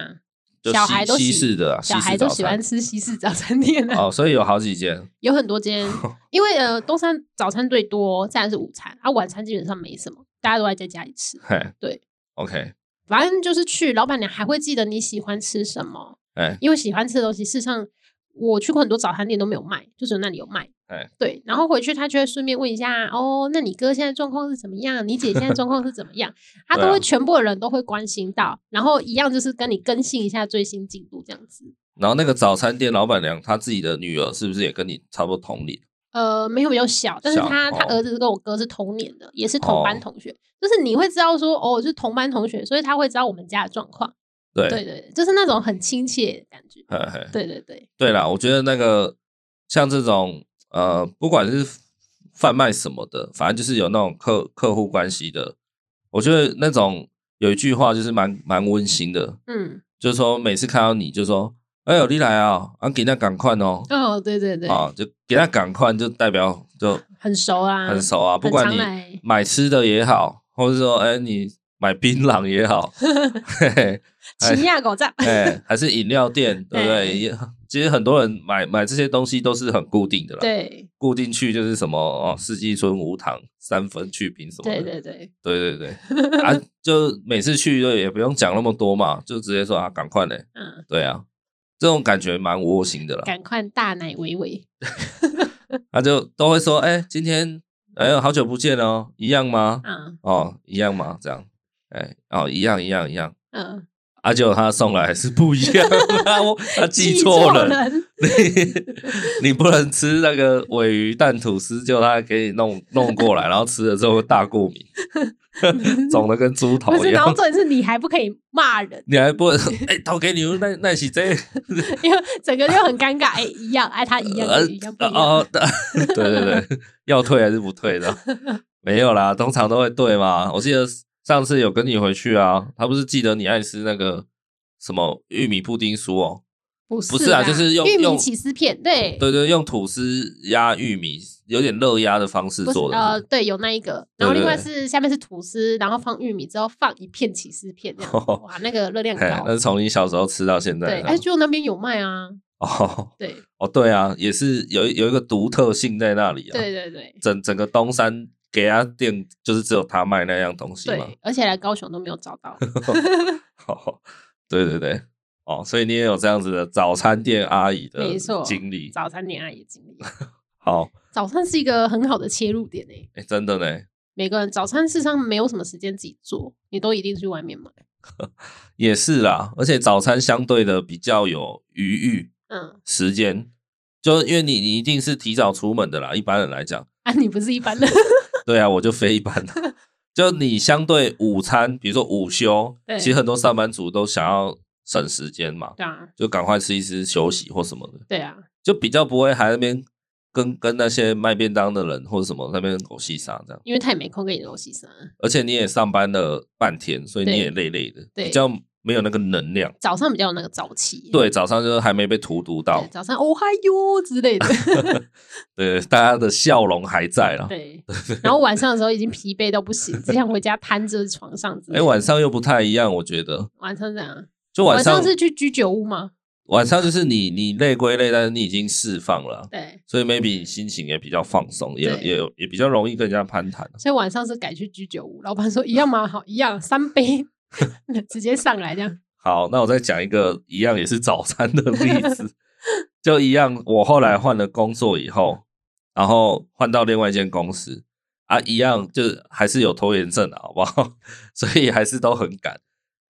[SPEAKER 1] 就
[SPEAKER 2] 小孩
[SPEAKER 1] 西
[SPEAKER 2] 都
[SPEAKER 1] 西
[SPEAKER 2] 喜
[SPEAKER 1] 式的啊，
[SPEAKER 2] 小
[SPEAKER 1] 西
[SPEAKER 2] 孩
[SPEAKER 1] 式
[SPEAKER 2] 都
[SPEAKER 1] 早
[SPEAKER 2] 喜
[SPEAKER 1] 餐
[SPEAKER 2] 欢吃西式早餐店啊，
[SPEAKER 1] 哦，所以有好几间，
[SPEAKER 2] 有很
[SPEAKER 1] <laughs>
[SPEAKER 2] 多间，因为呃东山早餐最多，再来是午餐，啊晚餐基本上没什么，大家都爱在家里吃。
[SPEAKER 1] 嘿，
[SPEAKER 2] 对
[SPEAKER 1] ，OK，
[SPEAKER 2] 反正就是去，老板娘还会记得你喜欢吃什么，
[SPEAKER 1] 哎，
[SPEAKER 2] 因为喜欢吃的东西，事实上我去过很多早餐店都没有卖，就只有那里有卖。
[SPEAKER 1] 哎
[SPEAKER 2] 对，然后回去他就会顺便问一下，哦，那你哥现在状况是怎么样？你姐现在状况是怎么样？他
[SPEAKER 1] <laughs> 对
[SPEAKER 2] 都
[SPEAKER 1] 啊
[SPEAKER 2] 会全部的人都会关心到，然后一样就是跟你更新一下最新进度这样子。
[SPEAKER 1] 然后那个早餐店老板娘她自己的女儿是不是也跟你差不多同龄？
[SPEAKER 2] 呃，没有比较小，但是
[SPEAKER 1] 小
[SPEAKER 2] 他、他
[SPEAKER 1] 哦
[SPEAKER 2] 儿子跟我哥是同年的，也是同
[SPEAKER 1] 哦
[SPEAKER 2] 班同学，就是你会知道说哦，是同班同学，所以他会知道我们家的状况。
[SPEAKER 1] 对，
[SPEAKER 2] 对对对，就是那种很亲切的感觉。
[SPEAKER 1] 嘿嘿，
[SPEAKER 2] 对对对，
[SPEAKER 1] 对啦，我觉得那个像这种呃，不管是贩卖什么的，反正就是有那种客客户关系的，我觉得那种有一句话就是蛮蛮温馨的，
[SPEAKER 2] 嗯，
[SPEAKER 1] 就是说每次看到你就说，哎呦，你来啊，啊，给他赶快哦，
[SPEAKER 2] 哦，对对对，
[SPEAKER 1] 啊，就给他赶快，就代表就
[SPEAKER 2] 很熟啊，
[SPEAKER 1] 很熟啊，不管
[SPEAKER 2] 常
[SPEAKER 1] 你 <laughs>
[SPEAKER 2] 来
[SPEAKER 1] 买吃的也好，或者说哎、你买槟榔也
[SPEAKER 2] <laughs>
[SPEAKER 1] 好，嘿嘿，哎
[SPEAKER 2] 奇亚狗 <laughs> 在，
[SPEAKER 1] 哎，还是饮料店，对不对？
[SPEAKER 2] 哎
[SPEAKER 1] 也其实很多人买买这些东西都是很固定的啦，，
[SPEAKER 2] 对
[SPEAKER 1] 固定去就是什么哦，四季春无糖三分去冰什么
[SPEAKER 2] 对
[SPEAKER 1] 的，
[SPEAKER 2] 对对，
[SPEAKER 1] 对对对啊，就每次去就也不用讲那么多嘛，就直接说啊，赶快嘞，
[SPEAKER 2] 嗯，
[SPEAKER 1] 对啊，这种感觉蛮窝心的啦，
[SPEAKER 2] 赶快大奶维维，
[SPEAKER 1] 他就都会说，哎，今天哎呦好久不见哦，一样吗？
[SPEAKER 2] 啊，
[SPEAKER 1] 哦，一样吗？这样，哎，哦，一样一样一样。
[SPEAKER 2] 嗯，
[SPEAKER 1] 啊，结果他送来是不一样的，我他记错了。
[SPEAKER 2] 人，
[SPEAKER 1] <laughs> 你你不能吃那个尾鱼蛋吐司，就他给你弄弄过来，然后吃了之后大过
[SPEAKER 2] <laughs>
[SPEAKER 1] 敏，肿的跟猪头
[SPEAKER 2] 不是，
[SPEAKER 1] 一
[SPEAKER 2] 然后
[SPEAKER 1] 样。
[SPEAKER 2] 重点是你还不可以骂人，
[SPEAKER 1] 你还不能哎，投给你那那是
[SPEAKER 2] <laughs>
[SPEAKER 1] 这
[SPEAKER 2] 因为整个就很尴尬。哎，一样，哎，他一样，
[SPEAKER 1] 呃
[SPEAKER 2] 一样不一样，
[SPEAKER 1] 哦， <laughs> 对对对，要退还是不退的？没有啦，通常都会对嘛。我记得上次有跟你回去啊，他不是记得你爱吃那个什么玉米布丁酥哦，
[SPEAKER 2] 不
[SPEAKER 1] 不是啊
[SPEAKER 2] 啦
[SPEAKER 1] 就是用
[SPEAKER 2] 玉米
[SPEAKER 1] 用
[SPEAKER 2] 起司片，对，
[SPEAKER 1] 对对，用吐司压玉米，有点热压的方式
[SPEAKER 2] 不是
[SPEAKER 1] 做的。
[SPEAKER 2] 呃，对，有那一个，然后
[SPEAKER 1] 对对
[SPEAKER 2] 另外
[SPEAKER 1] 对
[SPEAKER 2] 是下面是吐司，然后放玉米之后放一片起司片，这样哇，那个热量
[SPEAKER 1] 哦嘿那
[SPEAKER 2] 高
[SPEAKER 1] 是，从你小时候吃到现在
[SPEAKER 2] 对，
[SPEAKER 1] 的。
[SPEAKER 2] 哎，就那边有卖啊，
[SPEAKER 1] 哦 <laughs>
[SPEAKER 2] 对，
[SPEAKER 1] 哦，对啊，也是有一有一个独特性在那里啊。
[SPEAKER 2] 对，对对
[SPEAKER 1] 整整个东山给他店就是只有他卖那样东西嘛。
[SPEAKER 2] 对，而且来高雄都没有找到，
[SPEAKER 1] 哦， <laughs> 对对对，哦，所以你也有这样子的早餐店阿姨的
[SPEAKER 2] 没错
[SPEAKER 1] 经历。
[SPEAKER 2] 早餐恋爱也经历，
[SPEAKER 1] 好，
[SPEAKER 2] <laughs> 早餐是一个很好的切入点诶，
[SPEAKER 1] 哎，真的呢，
[SPEAKER 2] 每个人早餐事实上没有什么时间自己做，你都一定去外面买，
[SPEAKER 1] 也是啦，而且早餐相对的比较有余裕
[SPEAKER 2] 嗯，
[SPEAKER 1] 时间，就因为你你一定是提早出门的啦，一般人来讲。
[SPEAKER 2] 啊，你不是一般人，
[SPEAKER 1] 对啊，我就非
[SPEAKER 2] 嗯
[SPEAKER 1] 一般的。就你相对午餐，比如说午休，
[SPEAKER 2] 对
[SPEAKER 1] 其实很多上班族都想要省时间嘛，
[SPEAKER 2] <laughs> 对啊，
[SPEAKER 1] 就赶快吃一吃休息或什么的，
[SPEAKER 2] 对啊，
[SPEAKER 1] 就比较不会还在那边跟跟那些卖便当的人或者什么在那边狗戏杀这样。
[SPEAKER 2] 因为他也没空跟你聊西啊生，
[SPEAKER 1] 而且你也上班了半天，所以你
[SPEAKER 2] 对
[SPEAKER 1] 也累累的，
[SPEAKER 2] 对
[SPEAKER 1] 比较没有那个能量。
[SPEAKER 2] 早上比较有那个早气，
[SPEAKER 1] 对，早上就是还没被荼毒到
[SPEAKER 2] 对，，早上哦嗨哟之 <laughs> 类的。
[SPEAKER 1] 对，大家的笑容还在啦。
[SPEAKER 2] 对，然后晚上的时候已经疲惫到不行，只想回家瘫着床上之类
[SPEAKER 1] 哎，
[SPEAKER 2] 的。
[SPEAKER 1] 晚上又不太一样，我觉得，
[SPEAKER 2] 晚上这样，
[SPEAKER 1] 就
[SPEAKER 2] 晚
[SPEAKER 1] 晚上
[SPEAKER 2] 是去居酒屋吗？
[SPEAKER 1] 晚上就是你你累归累，但是你已经释放了啊，
[SPEAKER 2] <laughs> 对，
[SPEAKER 1] 所以 maybe 你心情也比较放松，也
[SPEAKER 2] 对
[SPEAKER 1] 也有也比较容易跟人家攀谈。
[SPEAKER 2] 所以晚上是改去居酒屋。老板说一样吗？好，一样，三杯 <laughs> 直接上来这样。
[SPEAKER 1] 好，那我再讲一个一样也是早餐的例子，就一样，我后来换了工作以后，然后换到另外一间公司啊，一样就是还是有拖延症的好不好？ <laughs> 所以还是都很赶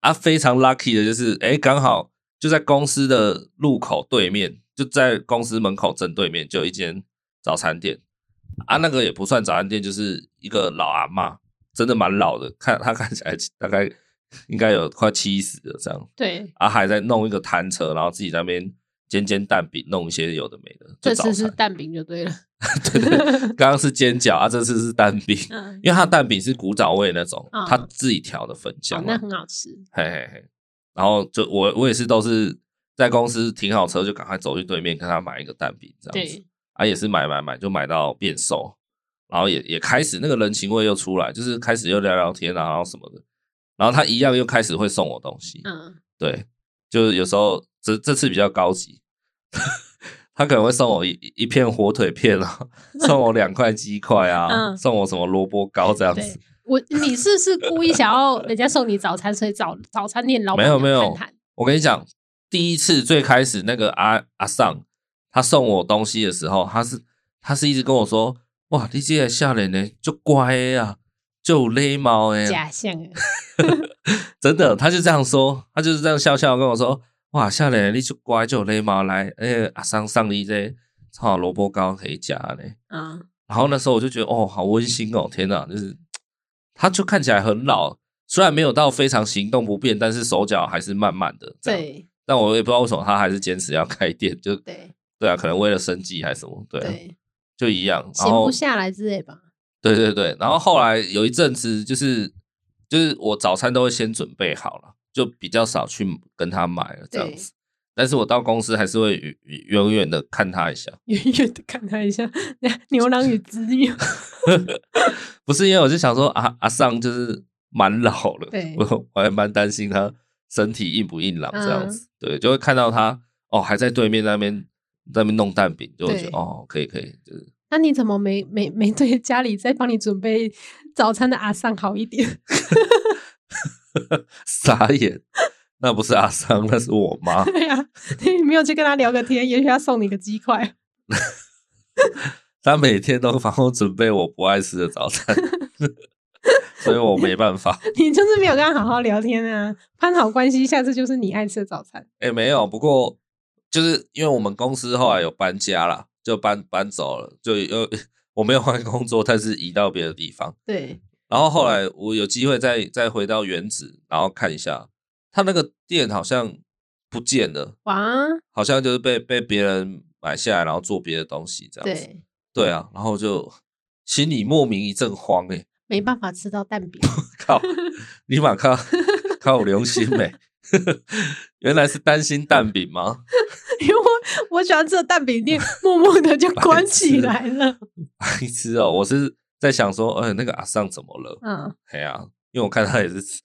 [SPEAKER 1] 啊。非常 lucky 的就是，哎，刚好就在公司的路口对面，就在公司门口正对面就有一间早餐店啊，那个也不算早餐店，就是一个老阿嬷，真的蛮老的，看她看起来大概应该有快七十了这样。
[SPEAKER 2] 对，
[SPEAKER 1] 啊，还在弄一个摊车，然后自己在那边煎煎蛋饼，弄一些有的没的，就
[SPEAKER 2] 这
[SPEAKER 1] 早
[SPEAKER 2] 次
[SPEAKER 1] 餐。
[SPEAKER 2] 是蛋饼就对了。
[SPEAKER 1] 对对对刚刚是煎饺啊，这次是蛋饼，
[SPEAKER 2] <laughs> 嗯，
[SPEAKER 1] 因为它蛋饼是古早味那种，
[SPEAKER 2] 嗯
[SPEAKER 1] 他自己调的粉
[SPEAKER 2] 好
[SPEAKER 1] 浆，
[SPEAKER 2] 那
[SPEAKER 1] 嘛，
[SPEAKER 2] 很好吃。
[SPEAKER 1] 嘿嘿嘿。然后就我我也是都是在公司停好车就赶快走去对面跟他买一个蛋饼这样子，
[SPEAKER 2] 对，
[SPEAKER 1] 啊也是买买买就买到变瘦，然后也也开始那个人情味又出来，就是开始又聊聊天啊，然后什么的，然后他一样又开始会送我东西，
[SPEAKER 2] 嗯，
[SPEAKER 1] 对，就是有时候这这次比较高级， <laughs> 他可能会送我一一片火腿片啊， <laughs> 送我两块鸡块啊，
[SPEAKER 2] 嗯
[SPEAKER 1] 送我什么萝卜糕这样
[SPEAKER 2] 对
[SPEAKER 1] 子。
[SPEAKER 2] 我你是是故意想要人家送你早餐，所以早早餐店老板
[SPEAKER 1] 没有没有
[SPEAKER 2] 娘看看
[SPEAKER 1] 我跟你讲，第一次最开始那个阿阿尚，他送我东西的时候，他是他是一直跟我说：“哇，你这个下人呢，就乖啊，就勒毛哎。”
[SPEAKER 2] 假象
[SPEAKER 1] <laughs>
[SPEAKER 2] 欸，
[SPEAKER 1] 真的，他就这样说，他就是这样笑笑跟我说：“哇，夏磊，你就乖，就有礼貌来，哎、啊上上你这炒萝卜糕可以加嘞。
[SPEAKER 2] 嗯，”
[SPEAKER 1] 然后那时候我就觉得，哦，好温馨哦，天哪，就是他就看起来很老，虽然没有到非常行动不便，但是手脚还是慢慢的。，
[SPEAKER 2] 对
[SPEAKER 1] 但我也不知道为什么他还是坚持要开店，就
[SPEAKER 2] 对
[SPEAKER 1] 对啊，可能为了生计还是什么，对啊、
[SPEAKER 2] 对，
[SPEAKER 1] 就一样。然
[SPEAKER 2] 闲
[SPEAKER 1] 后
[SPEAKER 2] 不下来之类吧。
[SPEAKER 1] 对对对，然后后来有一阵子，就是就是我早餐都会先准备好了，就比较少去跟他买了这样
[SPEAKER 2] 对
[SPEAKER 1] 子。但是我到公司还是会远远远的看他一下，
[SPEAKER 2] 远远的看他一下，牛郎与织女。 <laughs>
[SPEAKER 1] 不是因为我是想说啊阿阿尚就是蛮老了
[SPEAKER 2] 对，
[SPEAKER 1] 我我还蛮担心他身体硬不硬朗这样
[SPEAKER 2] 嗯
[SPEAKER 1] 子。对，就会看到他哦还在对面那边在那边弄蛋饼，就会觉
[SPEAKER 2] 对
[SPEAKER 1] 得哦可以可以，就是
[SPEAKER 2] 那你怎么没没没对家里再帮你准备早餐的阿尚好一点？ <laughs>
[SPEAKER 1] 傻眼。那不是阿尚，那是我妈。
[SPEAKER 2] 对呀、你没有去跟他聊个天，也许他送你个鸡块。 <laughs>
[SPEAKER 1] 他每天都帮我准备我不爱吃的早餐， <laughs> 所以我没办法。
[SPEAKER 2] 你就是没有跟他好好聊天啊，攀好关系，下次就是你爱吃的早餐。
[SPEAKER 1] 哎、没有，不过就是因为我们公司后来有搬家啦，就搬搬走了，就又我没有换工作，但是移到别的地方。
[SPEAKER 2] 对，
[SPEAKER 1] 然后后来我有机会再再回到原址，然后看一下，他那个店好像不见了，
[SPEAKER 2] 哇，
[SPEAKER 1] 好像就是被被别人买下来，然后做别的东西这样子。
[SPEAKER 2] 对，
[SPEAKER 1] 对啊，然后就心里莫名一阵慌、欸，
[SPEAKER 2] 没办法吃到蛋饼， <laughs>
[SPEAKER 1] 靠，你马靠靠良心没、 <laughs> 原来是担心蛋饼吗？ <laughs>
[SPEAKER 2] 因为我我喜欢吃的蛋饼店，默默的就关起来了。
[SPEAKER 1] 白痴哦，我是在想说，哎、那个阿尚怎么了？
[SPEAKER 2] 嗯，
[SPEAKER 1] 哎呀、因为我看他也是 <laughs> 吃，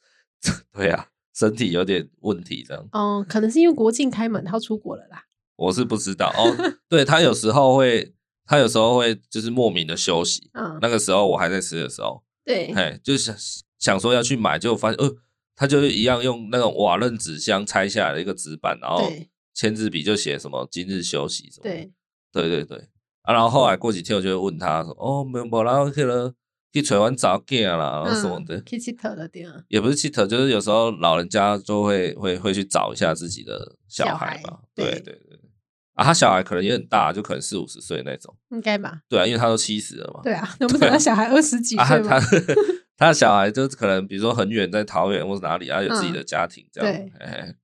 [SPEAKER 1] 对呀、身体有点问题这样。
[SPEAKER 2] 哦，可能是因为国庆开门，他要出国了啦。
[SPEAKER 1] 我是不知道哦，对他有时候会，他有时候会就是莫名的休息。
[SPEAKER 2] 嗯，
[SPEAKER 1] 那个时候我还在吃的时候，
[SPEAKER 2] 对，
[SPEAKER 1] 哎，就想想说要去买，结果发现，呃，他就一样用那种瓦楞纸箱拆下来的一个纸板，然后
[SPEAKER 2] 对，
[SPEAKER 1] 签字笔就写什么今日休息什么。
[SPEAKER 2] 对，
[SPEAKER 1] 对对对啊，然后后来过几天我就会问他说，哦，没有，然后去了去吹完早见啦，然后什么的，
[SPEAKER 2] 嗯，Kitty 特的店啊，
[SPEAKER 1] 也不是去特，就是有时候老人家就会会会去找一下自己的小孩
[SPEAKER 2] 小
[SPEAKER 1] 嘛
[SPEAKER 2] 孩，
[SPEAKER 1] 对
[SPEAKER 2] 对
[SPEAKER 1] 对对。啊，他小孩可能也很大，就可能四五十岁那种。
[SPEAKER 2] 应该吧？
[SPEAKER 1] 对啊，因为他都七十了嘛。
[SPEAKER 2] 对啊，能不能让小孩二十几
[SPEAKER 1] 啊，
[SPEAKER 2] 岁
[SPEAKER 1] 他
[SPEAKER 2] 吗？
[SPEAKER 1] 他 <laughs> 他小孩就是可能比如说很远在桃园或者哪里，他有自己的家庭这样。
[SPEAKER 2] 嗯对
[SPEAKER 1] 哎、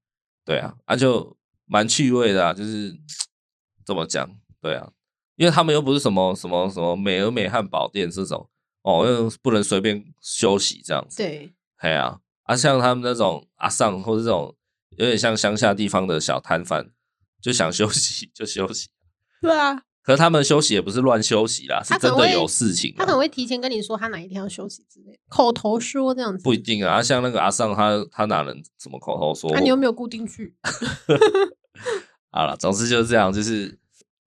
[SPEAKER 1] 对啊，啊就蛮趣味的啊，就是怎么讲？对啊，因为他们又不是什么什么什么美而美汉堡店这种哦，又不能随便休息这样子。
[SPEAKER 2] 对，
[SPEAKER 1] 哎呀、啊，像他们那种阿上或者这种有点像乡下地方的小摊贩，就想休息就休息。
[SPEAKER 2] 对
[SPEAKER 1] <laughs>
[SPEAKER 2] 啊，
[SPEAKER 1] 可是他们休息也不是乱休息啦，是
[SPEAKER 2] 他可
[SPEAKER 1] 真
[SPEAKER 2] 能
[SPEAKER 1] 的
[SPEAKER 2] 会
[SPEAKER 1] 有事情啊。
[SPEAKER 2] 他可能会提前跟你说他哪一天要休息之类的，口头说这样子。
[SPEAKER 1] 不一定啊，啊像那个阿尚他他哪能怎么口头说我？
[SPEAKER 2] 嗯啊那、你有没有固
[SPEAKER 1] <laughs>
[SPEAKER 2] 定去？
[SPEAKER 1] 好了，总之就是这样，就是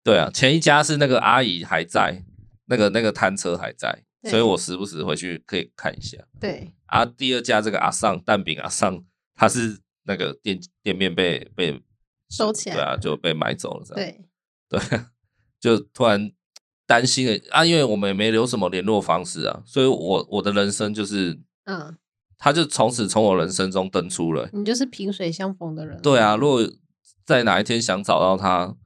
[SPEAKER 1] 对啊，前一家是那个阿姨还在，那个那个摊车还在，
[SPEAKER 2] 对
[SPEAKER 1] 所以我时不时回去可以看一下。
[SPEAKER 2] 对，
[SPEAKER 1] 啊，第二家这个阿尚蛋饼阿尚，他是那个店店面被被
[SPEAKER 2] 收起来
[SPEAKER 1] 对啊，就被买走了这样。
[SPEAKER 2] 对，
[SPEAKER 1] 对啊，就突然担心了啊，因为我们也没留什么联络方式啊，所以我我的人生就是，
[SPEAKER 2] 嗯，
[SPEAKER 1] 他就从此从我人生中登出了欸、
[SPEAKER 2] 你就是萍水相逢的人。
[SPEAKER 1] 对啊，如果在哪一天想找到他，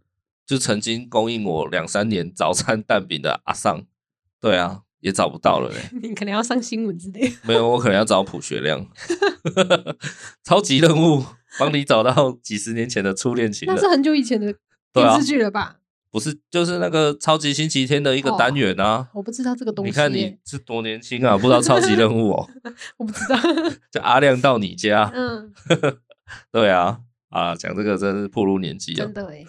[SPEAKER 1] 就曾经供应我两三年早餐蛋饼的阿尚，对啊，也找不到了嘞、
[SPEAKER 2] 你可能要上新闻之类的。
[SPEAKER 1] 没有，我可能要找朴学
[SPEAKER 2] <laughs>
[SPEAKER 1] 亮， <laughs> 超级任务，帮你找到几十年前的初恋情
[SPEAKER 2] 那是
[SPEAKER 1] 人。
[SPEAKER 2] 很久以前的
[SPEAKER 1] <laughs> 对
[SPEAKER 2] 电
[SPEAKER 1] 啊
[SPEAKER 2] 视剧了吧？
[SPEAKER 1] 不是，就是那个超级星期天的一个单元啊。
[SPEAKER 2] 哦我不知道这个东西
[SPEAKER 1] 你
[SPEAKER 2] 耶。
[SPEAKER 1] 看你是多年轻啊，不知道超级任务哦， <laughs>
[SPEAKER 2] 我不知道。
[SPEAKER 1] 叫阿亮到你家。 <laughs>
[SPEAKER 2] 嗯，
[SPEAKER 1] 对啊，啊，讲这个真是暴露年纪啊
[SPEAKER 2] 真。的诶。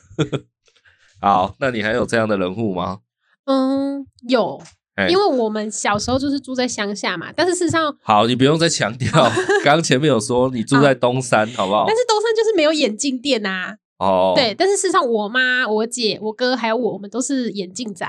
[SPEAKER 1] 好，那你还有这样的人物吗？
[SPEAKER 2] 嗯，有，
[SPEAKER 1] 哎哦
[SPEAKER 2] 因为我们小时候就是住在乡下嘛，但是事实上，
[SPEAKER 1] 好，你不用再强调。 <laughs> 刚刚前面有说你住在东山，好不好
[SPEAKER 2] 但？是东山就是没有眼镜店呐、
[SPEAKER 1] 哦，
[SPEAKER 2] 对，，但是事实上，我妈、我姐、我哥还有我，我们都是眼镜仔，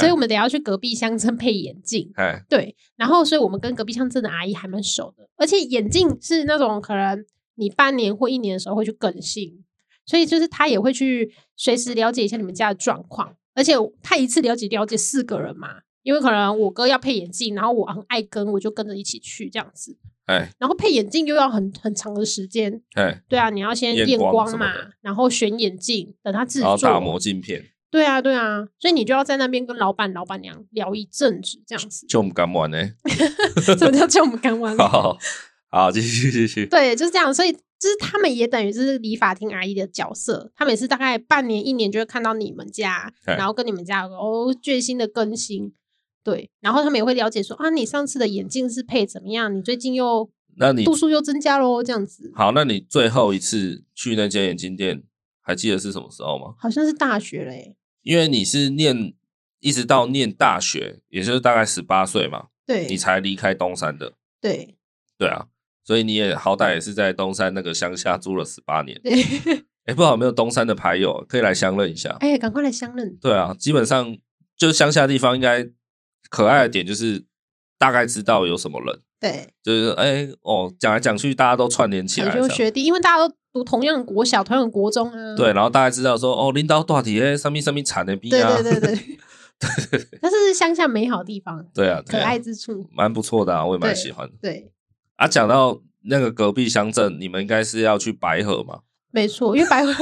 [SPEAKER 2] 所以我们得要去隔壁乡镇配眼镜。
[SPEAKER 1] 哎，
[SPEAKER 2] 对，然后所以我们跟隔壁乡镇的阿姨还蛮熟的，而且眼镜是那种可能你半年或一年的时候会去更新，所以就是她也会去随时了解一下你们家的状况，而且她一次了解了解四个人嘛，因为可能我哥要配眼镜，然后我很爱跟，我就跟着一起去这样子，
[SPEAKER 1] 哎，
[SPEAKER 2] 然后配眼镜又要很很长的时间，
[SPEAKER 1] 哎，
[SPEAKER 2] 对啊，你要先
[SPEAKER 1] 验
[SPEAKER 2] 验
[SPEAKER 1] 光
[SPEAKER 2] 光
[SPEAKER 1] 什么
[SPEAKER 2] 嘛
[SPEAKER 1] 的，
[SPEAKER 2] 然后选眼镜，等他制
[SPEAKER 1] 然后打
[SPEAKER 2] 作，
[SPEAKER 1] 磨镜片，，
[SPEAKER 2] 对啊对啊，所以你就要在那边跟老板老板娘聊一阵子这样子
[SPEAKER 1] <laughs> 就我们敢玩呢。
[SPEAKER 2] 什么叫叫我们干完
[SPEAKER 1] <laughs>
[SPEAKER 2] 了？
[SPEAKER 1] 好，好，继续继续。
[SPEAKER 2] <laughs> 对，就是这样。所以就是他们也等于就是理发厅阿姨的角色，他们也是大概半年一年就会看到你们家，
[SPEAKER 1] 对
[SPEAKER 2] 然后跟你们家有个哦最新的更新。对，然后他们也会了解说啊，你上次的眼镜是配怎么样？你最近又
[SPEAKER 1] 那你
[SPEAKER 2] 度数又增加喽，这样子
[SPEAKER 1] 好，那你最后一次去那间眼镜店，还记得是什么时候吗？
[SPEAKER 2] 好像是大学嘞。
[SPEAKER 1] 因为你是念一直到念大学，也就是大概十八岁嘛，你
[SPEAKER 2] 对
[SPEAKER 1] 才离开东山的。
[SPEAKER 2] 对
[SPEAKER 1] 对啊，所以你也好歹也是在东山那个乡下住了十八年。
[SPEAKER 2] 对， <laughs>
[SPEAKER 1] 哎，不好，有没有东山的牌友可以来相认一下。
[SPEAKER 2] 哎、赶快来相认。
[SPEAKER 1] 对啊，基本上就是乡下地方，应该可爱的点就是大概知道有什么人，
[SPEAKER 2] 对，
[SPEAKER 1] 就是哎、哦，讲来讲去大家都串联起来
[SPEAKER 2] 也
[SPEAKER 1] 这
[SPEAKER 2] 就
[SPEAKER 1] 样，
[SPEAKER 2] 学弟，因为大家都读同样的国小、同样的国中啊。
[SPEAKER 1] 对，然后大概知道说哦，领导大体哎，上面上面产的逼
[SPEAKER 2] 对
[SPEAKER 1] 啊， <laughs>
[SPEAKER 2] 对对对，但是乡下美好地方，
[SPEAKER 1] 对啊，
[SPEAKER 2] 可
[SPEAKER 1] 对啊
[SPEAKER 2] 爱，之处。
[SPEAKER 1] 蛮不错的啊，我也蛮
[SPEAKER 2] 对
[SPEAKER 1] 喜欢的。
[SPEAKER 2] 对，
[SPEAKER 1] 啊，讲到那个隔壁乡镇，你们应该是要去白河嘛？
[SPEAKER 2] 没错，因
[SPEAKER 1] <laughs>
[SPEAKER 2] 为白河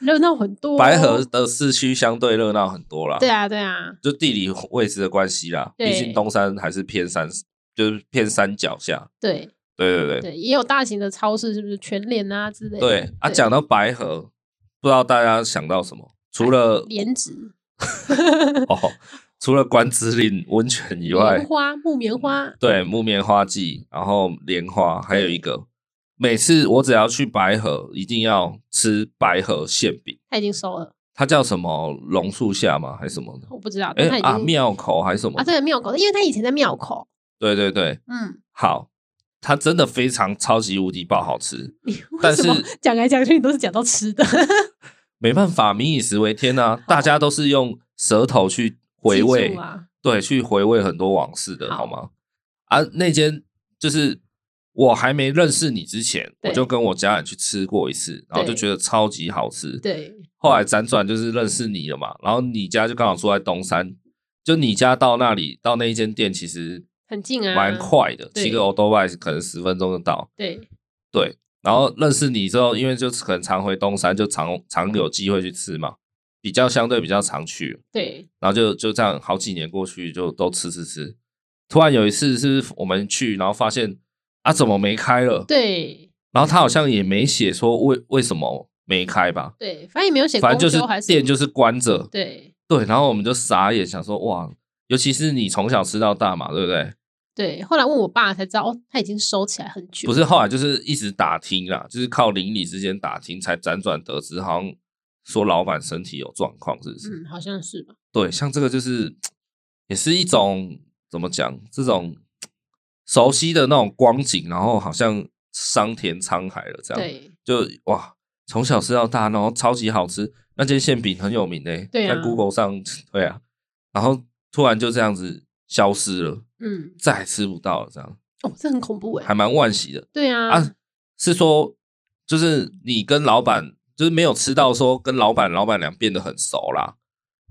[SPEAKER 2] 热闹很多。
[SPEAKER 1] 白河，的市区相对热闹很多啦，
[SPEAKER 2] 哦对啊，对啊，
[SPEAKER 1] 就地理位置的关系啦，
[SPEAKER 2] 对
[SPEAKER 1] 毕竟东山还是偏山，就是偏山脚下。
[SPEAKER 2] 对
[SPEAKER 1] 对对对
[SPEAKER 2] 对，也有大型的超市，是不是全联啊之类的？
[SPEAKER 1] 对啊！讲到白河，不知道大家想到什么？除
[SPEAKER 2] <laughs>
[SPEAKER 1] 了
[SPEAKER 2] 莲子、
[SPEAKER 1] 哦，除了关之琳温泉以外嗯
[SPEAKER 2] 棉，花、木棉花，
[SPEAKER 1] 对木棉花季，然后莲花，还有一个，每次我只要去白河，一定要吃白河馅饼，
[SPEAKER 2] 他已经收了，
[SPEAKER 1] 它叫什么榕树下吗？还是什么的？
[SPEAKER 2] 我不知道，但
[SPEAKER 1] 哎
[SPEAKER 2] 他已
[SPEAKER 1] 啊，
[SPEAKER 2] 经
[SPEAKER 1] 庙口还是什么
[SPEAKER 2] 啊，？对，庙口，因为他以前在庙口，
[SPEAKER 1] 对对对，
[SPEAKER 2] 嗯，
[SPEAKER 1] 好，它真的非常超级无敌爆好吃，
[SPEAKER 2] 为
[SPEAKER 1] 但
[SPEAKER 2] 什么
[SPEAKER 1] 是
[SPEAKER 2] <laughs> 讲来讲去你都是讲到吃的？
[SPEAKER 1] 没办法，民以食为天啊，大家都是用舌头去回
[SPEAKER 2] 记
[SPEAKER 1] 味
[SPEAKER 2] 住，啊，
[SPEAKER 1] 对，去回味很多往事的
[SPEAKER 2] 好
[SPEAKER 1] 好吗？啊，那间就是我还没认识你之前，
[SPEAKER 2] 对
[SPEAKER 1] 我就跟我家人去吃过一次，然后就
[SPEAKER 2] 对
[SPEAKER 1] 觉得超级好吃。
[SPEAKER 2] 对
[SPEAKER 1] 后来辗转就是认识你了嘛，然后你家就刚好住在东山，就你家到那里到那一间店其实
[SPEAKER 2] 很近啊
[SPEAKER 1] 蛮快的，
[SPEAKER 2] 对
[SPEAKER 1] 骑个 auto bike 可能十分钟就到。
[SPEAKER 2] 对
[SPEAKER 1] 对，然后认识你之后，因为就是可能常回东山，就常常有机会去吃嘛，比较相对比较常去。
[SPEAKER 2] 对
[SPEAKER 1] 然后就就这样好几年过去，就都吃吃吃。突然有一次是我们去，然后发现啊怎么没开了？
[SPEAKER 2] 对
[SPEAKER 1] 然后他好像也没写说为为什么没开吧，
[SPEAKER 2] 对，反正也没有写
[SPEAKER 1] 反正就
[SPEAKER 2] 公休还
[SPEAKER 1] 是
[SPEAKER 2] 是嗯
[SPEAKER 1] 店就是关着。
[SPEAKER 2] 对
[SPEAKER 1] 对，然后我们就傻眼，想说哇，尤其是你从小吃到大嘛，对不对？
[SPEAKER 2] 对，后来问我爸才知道，哦，他已经收起来很久，
[SPEAKER 1] 不是后来就是一直打听啦，就是靠邻里之间打听才辗转得知，好像说老板身体有状况，是不是？
[SPEAKER 2] 嗯，好像是吧？
[SPEAKER 1] 对，像这个就是也是一种怎么讲，这种熟悉的那种光景，然后好像桑田沧海了这样，
[SPEAKER 2] 对
[SPEAKER 1] 就哇，从小吃到大，然后超级好吃，那间馅饼很有名诶、
[SPEAKER 2] 对啊
[SPEAKER 1] 在 Google 上，对啊，然后突然就这样子消失了，
[SPEAKER 2] 嗯，
[SPEAKER 1] 再也吃不到了，这样
[SPEAKER 2] 哦，这很恐怖哎、
[SPEAKER 1] 还蛮惋惜的
[SPEAKER 2] 对啊，
[SPEAKER 1] 啊。是说，就是你跟老板，就是没有吃到说跟老板、老板娘变得很熟啦。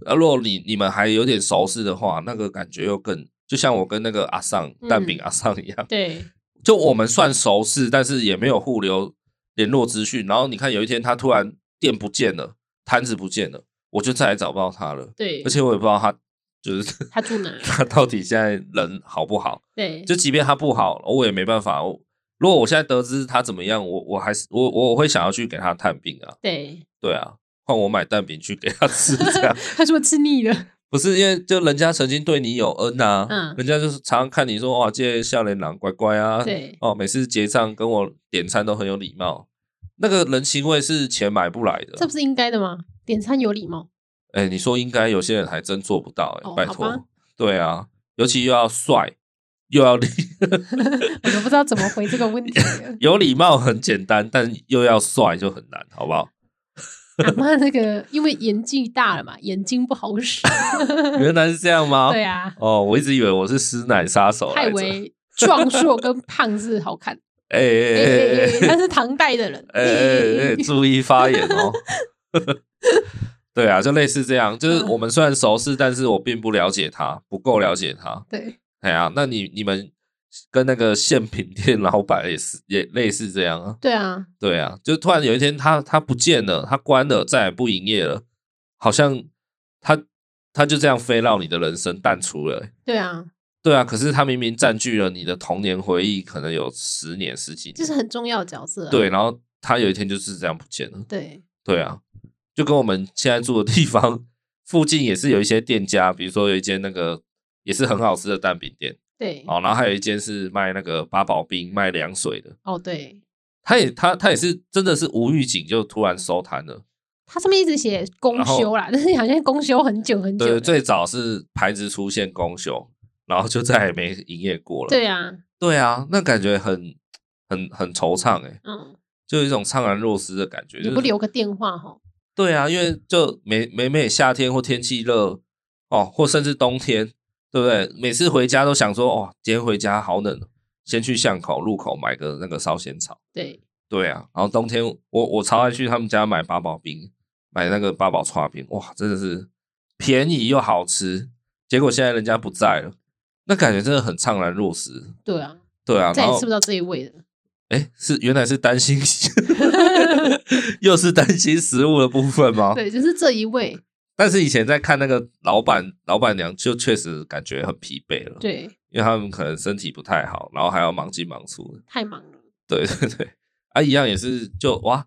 [SPEAKER 1] 啊，如果你你们还有点熟识的话，那个感觉又更，就像我跟那个阿尚
[SPEAKER 2] 嗯
[SPEAKER 1] 蛋饼阿尚一样，
[SPEAKER 2] 对
[SPEAKER 1] <laughs> 就我们算熟识，但是也没有互留联络资讯。然后你看，有一天他突然店不见了，摊子不见了，我就再也找不到他了，
[SPEAKER 2] 对
[SPEAKER 1] 而，且我也不知道他就是 <laughs>
[SPEAKER 2] 他住哪？
[SPEAKER 1] 他到底现在人好不好。
[SPEAKER 2] 对
[SPEAKER 1] 就即便他不好，我也没办法。我如果我现在得知他怎么样，我我还是我我我会想要去给他探病啊，
[SPEAKER 2] 对，
[SPEAKER 1] 对啊，换我买蛋饼去给他吃，这
[SPEAKER 2] <laughs>
[SPEAKER 1] 样
[SPEAKER 2] 他是不是吃腻了？
[SPEAKER 1] 不是因为就人家曾经对你有恩呐、啊，
[SPEAKER 2] 嗯
[SPEAKER 1] 人家就是常常看你说哇，这笑脸郎乖乖啊，
[SPEAKER 2] 对
[SPEAKER 1] 哦，每次结账跟我点餐都很有礼貌，那个人情味是钱买不来
[SPEAKER 2] 这
[SPEAKER 1] 的
[SPEAKER 2] 不。是应该的吗？点餐有礼貌，
[SPEAKER 1] 哎、你说应该有些人还真做不到、哎、
[SPEAKER 2] 哦
[SPEAKER 1] 拜
[SPEAKER 2] 好吧
[SPEAKER 1] 托，对啊，尤其又要帅，又要 <laughs> 礼，
[SPEAKER 2] 我都不知道怎么回这个问题了。 <laughs>
[SPEAKER 1] 有礼貌很简单，但又要帅就很难，好不好？
[SPEAKER 2] 阿妈那个，因为年纪大了嘛，眼睛不好使。
[SPEAKER 1] 原来是这样吗？
[SPEAKER 2] 对啊，
[SPEAKER 1] 哦，我一直以为我是师奶杀手哦
[SPEAKER 2] 太
[SPEAKER 1] 来着。
[SPEAKER 2] 为壮硕跟胖是好看，
[SPEAKER 1] 哎
[SPEAKER 2] 哎
[SPEAKER 1] 哎
[SPEAKER 2] 哎哎
[SPEAKER 1] 哎
[SPEAKER 2] 他是唐代的人。
[SPEAKER 1] 哎哎哎，注意发言哦。对啊，就类似这样，就是我们虽然熟识，但是我并不了解他，不够了解他。
[SPEAKER 2] 对，
[SPEAKER 1] 哎呀、那你你们跟那个馅饼店老板也是也类似这样啊？
[SPEAKER 2] 对啊，
[SPEAKER 1] 对啊，就突然有一天他他不见了，他关了，再也不营业了，好像他他就这样飞到你的人生淡出了欸、
[SPEAKER 2] 对啊，
[SPEAKER 1] 对啊，可是他明明占据了你的童年回忆，可能有十年、十几年。
[SPEAKER 2] 这是很重要的角色啊。
[SPEAKER 1] 对，然后他有一天就是这样不见了。
[SPEAKER 2] 对
[SPEAKER 1] 对啊，就跟我们现在住的地方附近也是有一些店家，比如说有一间那个也是很好吃的蛋饼店
[SPEAKER 2] 对，
[SPEAKER 1] 哦，然后还有一间是卖那个八宝冰、卖凉水的。
[SPEAKER 2] 哦对，
[SPEAKER 1] 他也他他也是真的是无预警就突然收摊了。
[SPEAKER 2] 他上面一直写公休啦， <laughs> 但是好像公休很久很久
[SPEAKER 1] 对，
[SPEAKER 2] 了。
[SPEAKER 1] 最早是牌子出现公休，然后就再也没营业过了。
[SPEAKER 2] 对啊，
[SPEAKER 1] 对啊，那感觉很很很惆怅哎、
[SPEAKER 2] 嗯，
[SPEAKER 1] 就有一种怅然若失的感觉。
[SPEAKER 2] 你
[SPEAKER 1] 就是
[SPEAKER 2] 不留个电话哈？
[SPEAKER 1] 对啊，因为就每每每夏天或天气热哦，或甚至冬天，对不对？每次回家都想说，哦，今天回家好冷哦，先去巷口路口买个那个烧仙草。
[SPEAKER 2] 对，
[SPEAKER 1] 对啊，然后冬天我我超爱去他们家买八宝冰，买那个八宝串冰，哇，真的是便宜又好吃，结果现在人家不在了，那感觉真的很怅然若失。
[SPEAKER 2] 对啊，
[SPEAKER 1] 对啊，
[SPEAKER 2] 再
[SPEAKER 1] 然
[SPEAKER 2] 也
[SPEAKER 1] 后
[SPEAKER 2] 吃不到这一味了。
[SPEAKER 1] 哎，是原来是担
[SPEAKER 2] <laughs>
[SPEAKER 1] 心，又是担心食物的部分吗？
[SPEAKER 2] 对，就是这一味。
[SPEAKER 1] 但是以前在看那个老板老板娘，就确实感觉很疲惫了，
[SPEAKER 2] 对，
[SPEAKER 1] 因为他们可能身体不太好，然后还要忙进忙出的。
[SPEAKER 2] 太忙了。
[SPEAKER 1] 对 <laughs> 对对，啊，一样也是就哇，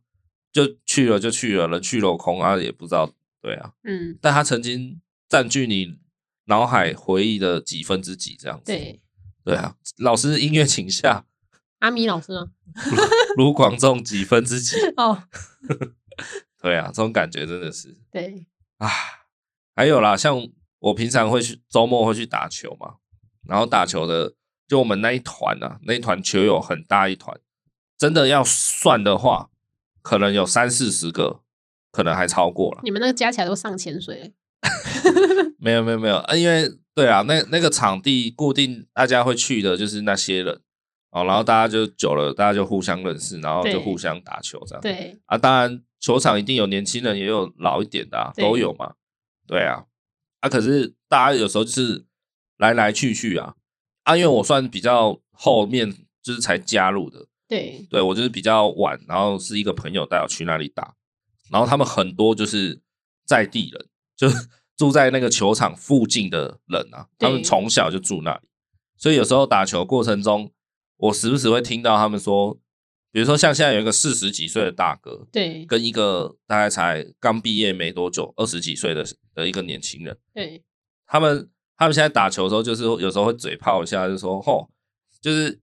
[SPEAKER 1] 就去了就去了，人去楼空啊，也不知道。对啊，
[SPEAKER 2] 嗯，
[SPEAKER 1] 但他曾经占据你脑海回忆的几分之几这样子。
[SPEAKER 2] 对，
[SPEAKER 1] 对啊，老师音乐 <laughs> 请下，
[SPEAKER 2] 阿米老师呢？
[SPEAKER 1] 卢广仲几分之几？
[SPEAKER 2] 哦，
[SPEAKER 1] 对啊，这种感觉真的是
[SPEAKER 2] 对，
[SPEAKER 1] 啊。还有啦，像我平常会去周末会去打球嘛，然后打球的就我们那一团啊，那一团球友很大一团，真的要算的话，可能有三四十个，可能还超过了。
[SPEAKER 2] 你们那个加起来都上千岁了。
[SPEAKER 1] 没有没有没有，啊因为对啊，那那个场地固定大家会去的就是那些人哦，然后大家就久了，大家就互相认识，然后
[SPEAKER 2] 对
[SPEAKER 1] 就互相打球这样。
[SPEAKER 2] 对，
[SPEAKER 1] 啊，当然球场一定有年轻人，也有老一点的、啊，
[SPEAKER 2] 对
[SPEAKER 1] 都有嘛。对啊，啊，可是大家有时候就是来来去去啊，啊，因为我算比较后面就是才加入的，
[SPEAKER 2] 对，
[SPEAKER 1] 对我就是比较晚，然后是一个朋友带我去那里打，然后他们很多就是在地人，就 <laughs> 住在那个球场附近的人啊，他们
[SPEAKER 2] 对
[SPEAKER 1] 从小就住那里，所以有时候打球过程中，我时不时会听到他们说，比如说像现在有一个四十几岁的大哥，
[SPEAKER 2] 对，
[SPEAKER 1] 跟一个大概才刚毕业没多久二十几岁的的一个年轻人，
[SPEAKER 2] 对，
[SPEAKER 1] 他们他们现在打球的时候，就是有时候会嘴炮一下，就说吼，就是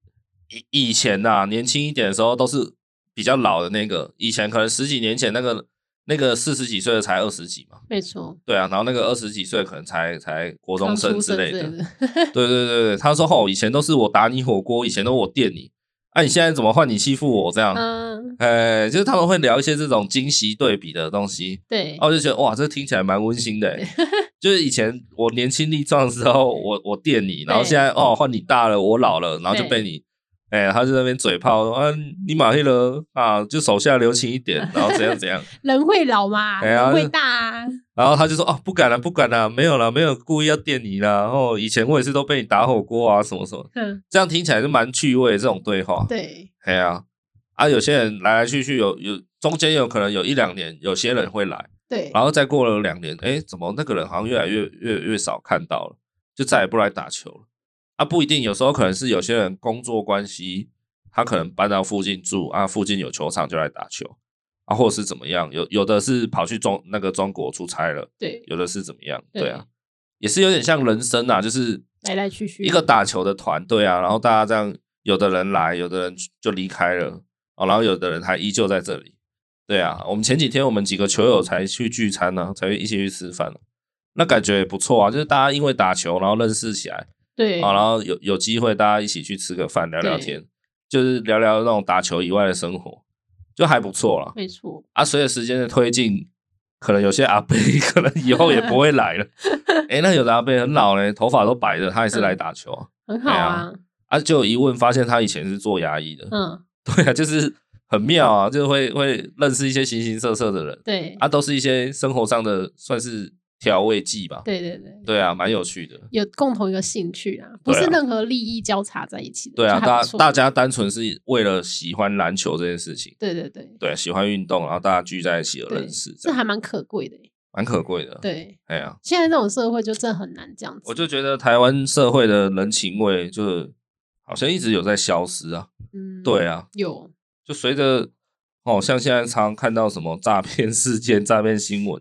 [SPEAKER 1] 以以前呐、年轻一点的时候都是比较老的那个，以前可能十几年前那个那个四十几岁的才二十几嘛，
[SPEAKER 2] 没错，
[SPEAKER 1] 对啊，然后那个二十几岁可能才才国中
[SPEAKER 2] 刚
[SPEAKER 1] 生
[SPEAKER 2] 出
[SPEAKER 1] 之
[SPEAKER 2] 生
[SPEAKER 1] 类
[SPEAKER 2] 之
[SPEAKER 1] 的，
[SPEAKER 2] 类的。
[SPEAKER 1] 对对对对，他说吼，以前都是我打你火锅，以前都我电你，啊，你现在怎么换你欺负我这样？
[SPEAKER 2] 嗯，
[SPEAKER 1] 呃，就是他们会聊一些这种惊喜对比的东西，
[SPEAKER 2] 对
[SPEAKER 1] 然，后我就觉得哇，这听起来蛮温馨的欸。 <laughs> 就是以前我年轻力壮的时候，我我电你，然后
[SPEAKER 2] 对
[SPEAKER 1] 现在哦换你大了，我老了，然后就被你，哎、他就在那边嘴炮说啊，你马黑了啊，就手下留情一点，然后怎样怎样，
[SPEAKER 2] 人会老嘛，
[SPEAKER 1] 哎呀
[SPEAKER 2] 人会大啊，
[SPEAKER 1] 然后他就说哦不敢了不敢了，没有了没有故意要电你啦，然后以前我也是都被你打火锅啊什么什么，
[SPEAKER 2] 嗯，
[SPEAKER 1] 这样听起来是蛮趣味的这种对话。
[SPEAKER 2] 对，
[SPEAKER 1] 哎呀、啊，有些人来来去去有有中间有可能有一两年，有些人会来。
[SPEAKER 2] 对，
[SPEAKER 1] 然后再过了两年，哎，怎么那个人好像越来越越越少看到了，就再也不来打球了。啊，不一定，有时候可能是有些人工作关系，他可能搬到附近住啊，附近有球场就来打球啊，或者是怎么样。有有的是跑去中那个中国出差了，
[SPEAKER 2] 对，
[SPEAKER 1] 有的是怎么样，
[SPEAKER 2] 对
[SPEAKER 1] 对啊，也是有点像人生啊，就是
[SPEAKER 2] 来来去去
[SPEAKER 1] 一个打球的团队啊，然后大家这样，有的人来，有的人就离开了，哦，然后有的人还依旧在这里。对啊，我们前几天我们几个球友才去聚餐呢、才一起去吃饭、那感觉也不错啊，就是大家因为打球然后认识起来，
[SPEAKER 2] 对，
[SPEAKER 1] 啊，然后有有机会大家一起去吃个饭聊聊
[SPEAKER 2] 对
[SPEAKER 1] 天，就是聊聊那种打球以外的生活，就还不错啦。
[SPEAKER 2] 没错，
[SPEAKER 1] 啊，随着时间的推进，可能有些阿伯 <laughs> 可能以后也不会
[SPEAKER 2] <laughs>
[SPEAKER 1] 来了。哎、那有的阿伯很老嘞，头发都白的，他还是来打球啊。
[SPEAKER 2] 很好啊，
[SPEAKER 1] 啊，就一问发现他以前是做牙医的，
[SPEAKER 2] 嗯，
[SPEAKER 1] <laughs> 对啊，就是很妙啊，就会会认识一些形形色色的人，
[SPEAKER 2] 对，
[SPEAKER 1] 啊，都是一些生活上的算是调味剂吧，
[SPEAKER 2] 对对对。
[SPEAKER 1] 对啊，蛮有趣的，
[SPEAKER 2] 有共同一个兴趣啊，不
[SPEAKER 1] 对
[SPEAKER 2] 是
[SPEAKER 1] 啊
[SPEAKER 2] 任何利益交叉在一起的，
[SPEAKER 1] 对啊，
[SPEAKER 2] 就还
[SPEAKER 1] 大
[SPEAKER 2] 不错
[SPEAKER 1] 大家单纯是为了喜欢篮球这件事情，
[SPEAKER 2] 对对对，
[SPEAKER 1] 对，啊喜欢运动，然后大家聚在一起而
[SPEAKER 2] 对
[SPEAKER 1] 认识，这
[SPEAKER 2] 这
[SPEAKER 1] 样
[SPEAKER 2] 还蛮可贵的耶。
[SPEAKER 1] 蛮可贵的，
[SPEAKER 2] 对，
[SPEAKER 1] 哎呀，
[SPEAKER 2] 现在这种社会就真的很难这样子。
[SPEAKER 1] 我就觉得台湾社会的人情味就是好像一直有在消失啊，
[SPEAKER 2] 嗯，
[SPEAKER 1] 对，啊，
[SPEAKER 2] 有
[SPEAKER 1] 就随着哦，像现在常常看到什么诈骗事件、诈骗新闻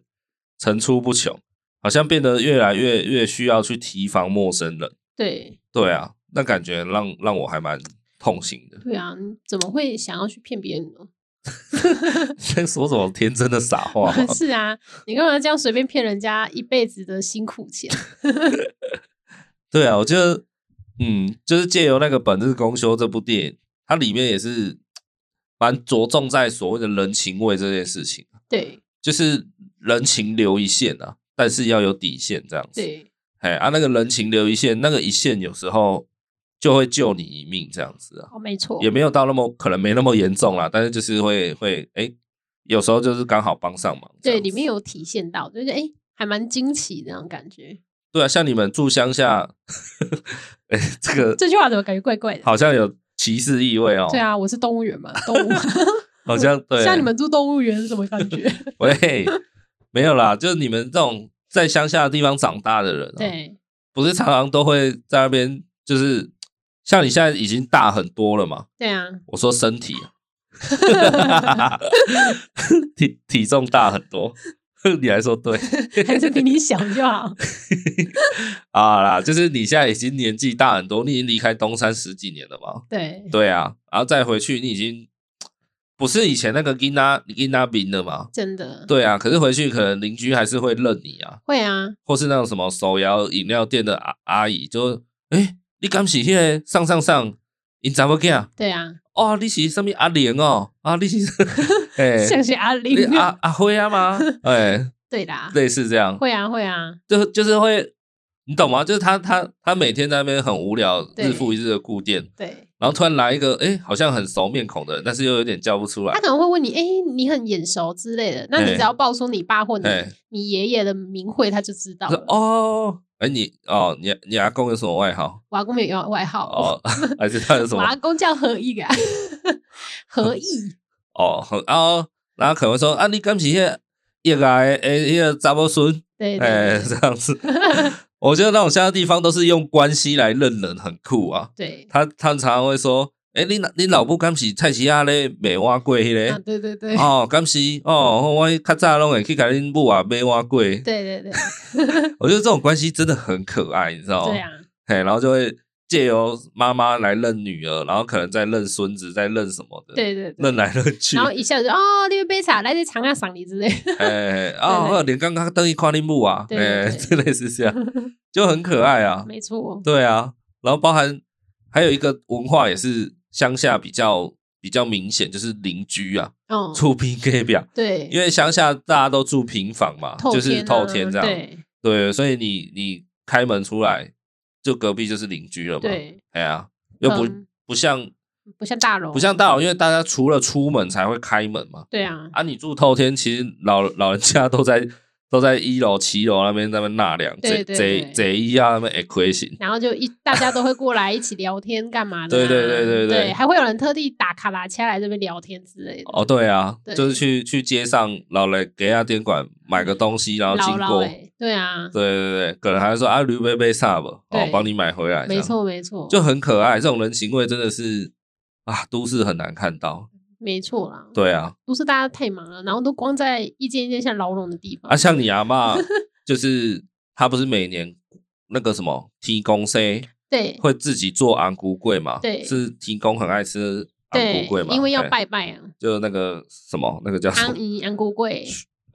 [SPEAKER 1] 层出不穷，好像变得越来越越需要去提防陌生人。
[SPEAKER 2] 对
[SPEAKER 1] 对啊，那感觉让让我还蛮痛心的。 <laughs>
[SPEAKER 2] 对啊，你怎么会想要去骗别人呢？？
[SPEAKER 1] 在说什么天真的傻话吗
[SPEAKER 2] <laughs>
[SPEAKER 1] <laughs>
[SPEAKER 2] 是啊，你干嘛这样随便骗人家一辈子的辛苦钱？
[SPEAKER 1] 对啊，我觉得嗯，就是借由那个《本日公休》这部电影，它里面也是蛮着重在所谓的人情味这件事情，
[SPEAKER 2] 对
[SPEAKER 1] 就是人情留一线啊，但是要有底线这样子。
[SPEAKER 2] 对
[SPEAKER 1] 哎啊，那个人情留一线，那个一线有时候就会救你一命，这样子啊，
[SPEAKER 2] 哦，没错，
[SPEAKER 1] 也没有到那么可能没那么严重啦，但是就是会会哎、有时候就是刚好帮上忙。
[SPEAKER 2] 对，里面
[SPEAKER 1] 有
[SPEAKER 2] 有体现到，就是哎、诶还蛮惊奇的那种感觉。
[SPEAKER 1] 对啊，像你们住乡下， <laughs> 哎、这个
[SPEAKER 2] 这句话怎么感觉怪怪的？
[SPEAKER 1] 好像有歧视意味哦。
[SPEAKER 2] 对，啊，我是动物园嘛，动物
[SPEAKER 1] 好像 <laughs> 对。
[SPEAKER 2] 像你们住动物园是什么感觉？
[SPEAKER 1] 喂，没有啦，就是你们这种在乡下的地方长大的人、啊，，
[SPEAKER 2] 对，
[SPEAKER 1] 不是常常都会在那边，就是像你现在已经大很多了嘛。
[SPEAKER 2] 对啊，
[SPEAKER 1] 我说身体啊，体体重大很多， <laughs> 你还说对
[SPEAKER 2] 还是比你小
[SPEAKER 1] <laughs>
[SPEAKER 2] 就好。
[SPEAKER 1] 啊啦，就是你现在已经年纪大很多，你已经离开东山十几年了嘛。
[SPEAKER 2] 对，
[SPEAKER 1] 对啊，然后再回去，你已经不是以前那个金娜金娜兵了嘛？
[SPEAKER 2] 真的
[SPEAKER 1] 对啊，可是回去可能邻居还是会认你啊，
[SPEAKER 2] 会啊，
[SPEAKER 1] 或是那种什么手摇饮料店的阿阿姨，就哎、诶你敢是迄个上上上，因查某囝
[SPEAKER 2] 对啊，
[SPEAKER 1] 哦，你是什么阿玲哦？啊，你是 <laughs> 哎、
[SPEAKER 2] 像是阿
[SPEAKER 1] 你
[SPEAKER 2] 玲，
[SPEAKER 1] 阿阿辉啊
[SPEAKER 2] <laughs>
[SPEAKER 1] 吗？哎、
[SPEAKER 2] 对啦，
[SPEAKER 1] 类似这样，
[SPEAKER 2] 会啊会啊，
[SPEAKER 1] 就就是会，你懂吗？就是他他他每天在那边很无聊，
[SPEAKER 2] 对
[SPEAKER 1] 日复一日的固店，
[SPEAKER 2] 对
[SPEAKER 1] 然后突然来一个，哎、好像很熟面孔的人，但是又有点叫不出来
[SPEAKER 2] 他。可能会问你，哎、你很眼熟之类的，那你
[SPEAKER 1] 哎
[SPEAKER 2] 只要报出你爸或你
[SPEAKER 1] 哎
[SPEAKER 2] 你爷爷的名讳，他就知道
[SPEAKER 1] 他说
[SPEAKER 2] 了。
[SPEAKER 1] 哦，哎、你哦，你你阿公有什么外
[SPEAKER 2] <laughs>
[SPEAKER 1] 号？
[SPEAKER 2] 我阿公没有外号，
[SPEAKER 1] 哦，还是他有什
[SPEAKER 2] 我
[SPEAKER 1] 么？
[SPEAKER 2] 阿公叫何毅啊，
[SPEAKER 1] <laughs>
[SPEAKER 2] 何毅，
[SPEAKER 1] 哦，很哦，然后可能会说啊，你敢是迄叶个诶诶，那个查某孙，
[SPEAKER 2] 对
[SPEAKER 1] 哎、
[SPEAKER 2] 对
[SPEAKER 1] 这样子。 <laughs> 我觉得那种乡下地方都是用关系来认人，很酷啊。
[SPEAKER 2] 对
[SPEAKER 1] 他他常常会说，哎、你你你老母敢是蔡奇亚咧卖碗粿迄
[SPEAKER 2] 对啊
[SPEAKER 1] 个？
[SPEAKER 2] 对对对
[SPEAKER 1] 哦，敢是哦，我较早拢会去甲恁母啊买碗粿。
[SPEAKER 2] 对对对
[SPEAKER 1] 我觉得这种关系真的很可爱，你知道吗？
[SPEAKER 2] 对啊，
[SPEAKER 1] 嘿，然后就会借由妈妈来认女儿，然后可能再认孙子，再认什么的，
[SPEAKER 2] 对对对
[SPEAKER 1] 认。来认去
[SPEAKER 2] 然。后一下子就哦，你杯茶来这尝下赏你之类，
[SPEAKER 1] 哎，哦，连刚刚等于夸你木啊，
[SPEAKER 2] 对对
[SPEAKER 1] 哎，
[SPEAKER 2] 对
[SPEAKER 1] 这类似这样，就很可爱啊。
[SPEAKER 2] 没错，
[SPEAKER 1] 对啊，然后包含还有一个文化也是乡下比较比较明显，就是邻居啊，
[SPEAKER 2] 哦，
[SPEAKER 1] 住平 K
[SPEAKER 2] <laughs>
[SPEAKER 1] 表，
[SPEAKER 2] 对，
[SPEAKER 1] 因为乡下大家都住平房嘛，
[SPEAKER 2] 透
[SPEAKER 1] 就是
[SPEAKER 2] 啊
[SPEAKER 1] 透天这样，
[SPEAKER 2] 对
[SPEAKER 1] 对，所以你你开门出来，就隔壁就是邻居了嘛。
[SPEAKER 2] 对，
[SPEAKER 1] 哎呀，又不、
[SPEAKER 2] 嗯
[SPEAKER 1] 不像
[SPEAKER 2] 不像大楼，
[SPEAKER 1] 不像大楼，因为大家除了出门才会开门嘛。
[SPEAKER 2] 对啊，
[SPEAKER 1] 啊，你住透天，其实老老人家都在都在一楼、七楼那边在那边纳凉，
[SPEAKER 2] 对
[SPEAKER 1] 贼
[SPEAKER 2] 对
[SPEAKER 1] 贼
[SPEAKER 2] 对
[SPEAKER 1] 贼一啊，那边 equation。
[SPEAKER 2] 然后就一大家都会过来一起聊天干嘛的
[SPEAKER 1] 对
[SPEAKER 2] 啊、
[SPEAKER 1] 对对对
[SPEAKER 2] 对
[SPEAKER 1] 对
[SPEAKER 2] 还会有人特地打卡拉车来这边聊天之类的。
[SPEAKER 1] 哦，对啊，
[SPEAKER 2] 对
[SPEAKER 1] 就是去去街上老人给家店馆买个东西，然后经
[SPEAKER 2] 姥姥
[SPEAKER 1] 过，
[SPEAKER 2] 哎，对啊，
[SPEAKER 1] 对对对，可能还会说啊，驴贝贝萨吧，哦
[SPEAKER 2] 对，
[SPEAKER 1] 帮你买回来，
[SPEAKER 2] 没，错没错，
[SPEAKER 1] 就很可爱。这种人情味真的是啊，都市很难看到。
[SPEAKER 2] 没错啦。
[SPEAKER 1] 对啊，
[SPEAKER 2] 都是大家太忙了，然后都光在一间一间像牢笼的地方。
[SPEAKER 1] 啊，像你阿
[SPEAKER 2] <laughs>
[SPEAKER 1] 妈，就是她不是每年那个什么提供 C
[SPEAKER 2] 对
[SPEAKER 1] 会自己做昂古桂嘛？
[SPEAKER 2] 对
[SPEAKER 1] 是提供很爱吃昂古
[SPEAKER 2] 对
[SPEAKER 1] 桂，嘛？
[SPEAKER 2] 因为要
[SPEAKER 1] 嘿，
[SPEAKER 2] 拜拜啊，
[SPEAKER 1] 就那个什么，那个叫什
[SPEAKER 2] 安
[SPEAKER 1] 么？
[SPEAKER 2] 姨安国贵，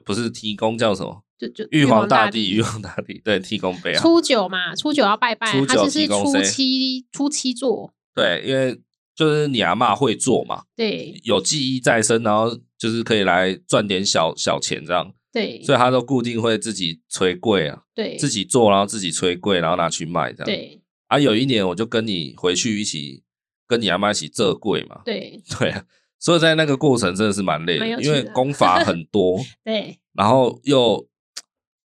[SPEAKER 1] 不是提供叫什么？
[SPEAKER 2] 就就
[SPEAKER 1] 玉皇大
[SPEAKER 2] 大
[SPEAKER 1] 帝，玉啊皇大帝，对，提供杯啊，
[SPEAKER 2] 初九嘛，初九要拜拜
[SPEAKER 1] 初，
[SPEAKER 2] 他
[SPEAKER 1] 九
[SPEAKER 2] 就是
[SPEAKER 1] 提供
[SPEAKER 2] 初
[SPEAKER 1] 谁
[SPEAKER 2] 七初七做，
[SPEAKER 1] 对，因为就是你阿妈会做嘛，
[SPEAKER 2] 对
[SPEAKER 1] 有记忆在身，然后就是可以来赚点小小钱这样，
[SPEAKER 2] 对
[SPEAKER 1] 所以她都固定会自己捶柜啊，
[SPEAKER 2] 对
[SPEAKER 1] 自己做，然后自己捶柜，然后拿去卖这样。
[SPEAKER 2] 对
[SPEAKER 1] 啊，有一年我就跟你回去一起跟你阿妈一起这柜嘛， <laughs>
[SPEAKER 2] 对
[SPEAKER 1] 对啊，所以在那个过程真的是蛮累的
[SPEAKER 2] 蛮有，趣
[SPEAKER 1] 因
[SPEAKER 2] 的
[SPEAKER 1] 为
[SPEAKER 2] <laughs>
[SPEAKER 1] 功法很多，
[SPEAKER 2] 对
[SPEAKER 1] 然后又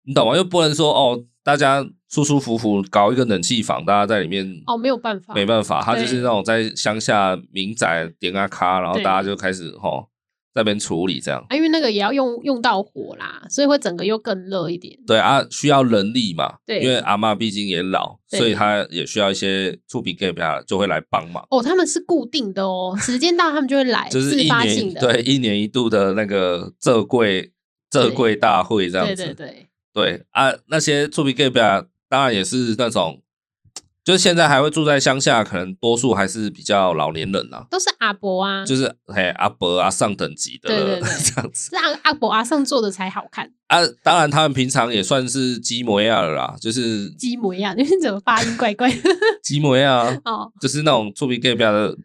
[SPEAKER 1] 你懂吗？又不能说哦，大家舒舒服服搞一个冷气房，大家在里面
[SPEAKER 2] 哦，没有办法，
[SPEAKER 1] 没办法，他就是
[SPEAKER 2] 对
[SPEAKER 1] 那种在乡下民宅点个咖，然后
[SPEAKER 2] 对
[SPEAKER 1] 大家就开始吼在那边处理这样。
[SPEAKER 2] 啊，因为那个也要用用到火啦，所以会整个又更热一点。
[SPEAKER 1] 对啊，需要人力嘛，
[SPEAKER 2] 对
[SPEAKER 1] 因为阿妈毕竟也老，
[SPEAKER 2] 对
[SPEAKER 1] 所以她也需要一些触笔 gap 啊，就会来帮忙。
[SPEAKER 2] 哦，他们是固定的哦，时间到他们就会来，
[SPEAKER 1] <laughs> 就是
[SPEAKER 2] 哎自
[SPEAKER 1] 一
[SPEAKER 2] 发性
[SPEAKER 1] 年
[SPEAKER 2] 的，
[SPEAKER 1] 对一年一度的那个浙柜浙柜大会这样
[SPEAKER 2] 对
[SPEAKER 1] 子，
[SPEAKER 2] 对对
[SPEAKER 1] 对啊，那些触笔 gay 表当然也是那种，就是现在还会住在乡下，可能多数还是比较老年人啦、
[SPEAKER 2] 都是阿伯啊，
[SPEAKER 1] 就是是嘿阿伯啊上等级的
[SPEAKER 2] 对对对
[SPEAKER 1] 这样子
[SPEAKER 2] 阿阿伯阿上做的才好看。
[SPEAKER 1] 啊。当然，他们平常也算是基摩亚了啦，就是
[SPEAKER 2] 鸡模样， <laughs> 你怎么发音怪怪的？
[SPEAKER 1] 基摩亚，
[SPEAKER 2] 哦，
[SPEAKER 1] 啊就是那种触笔 gay 表的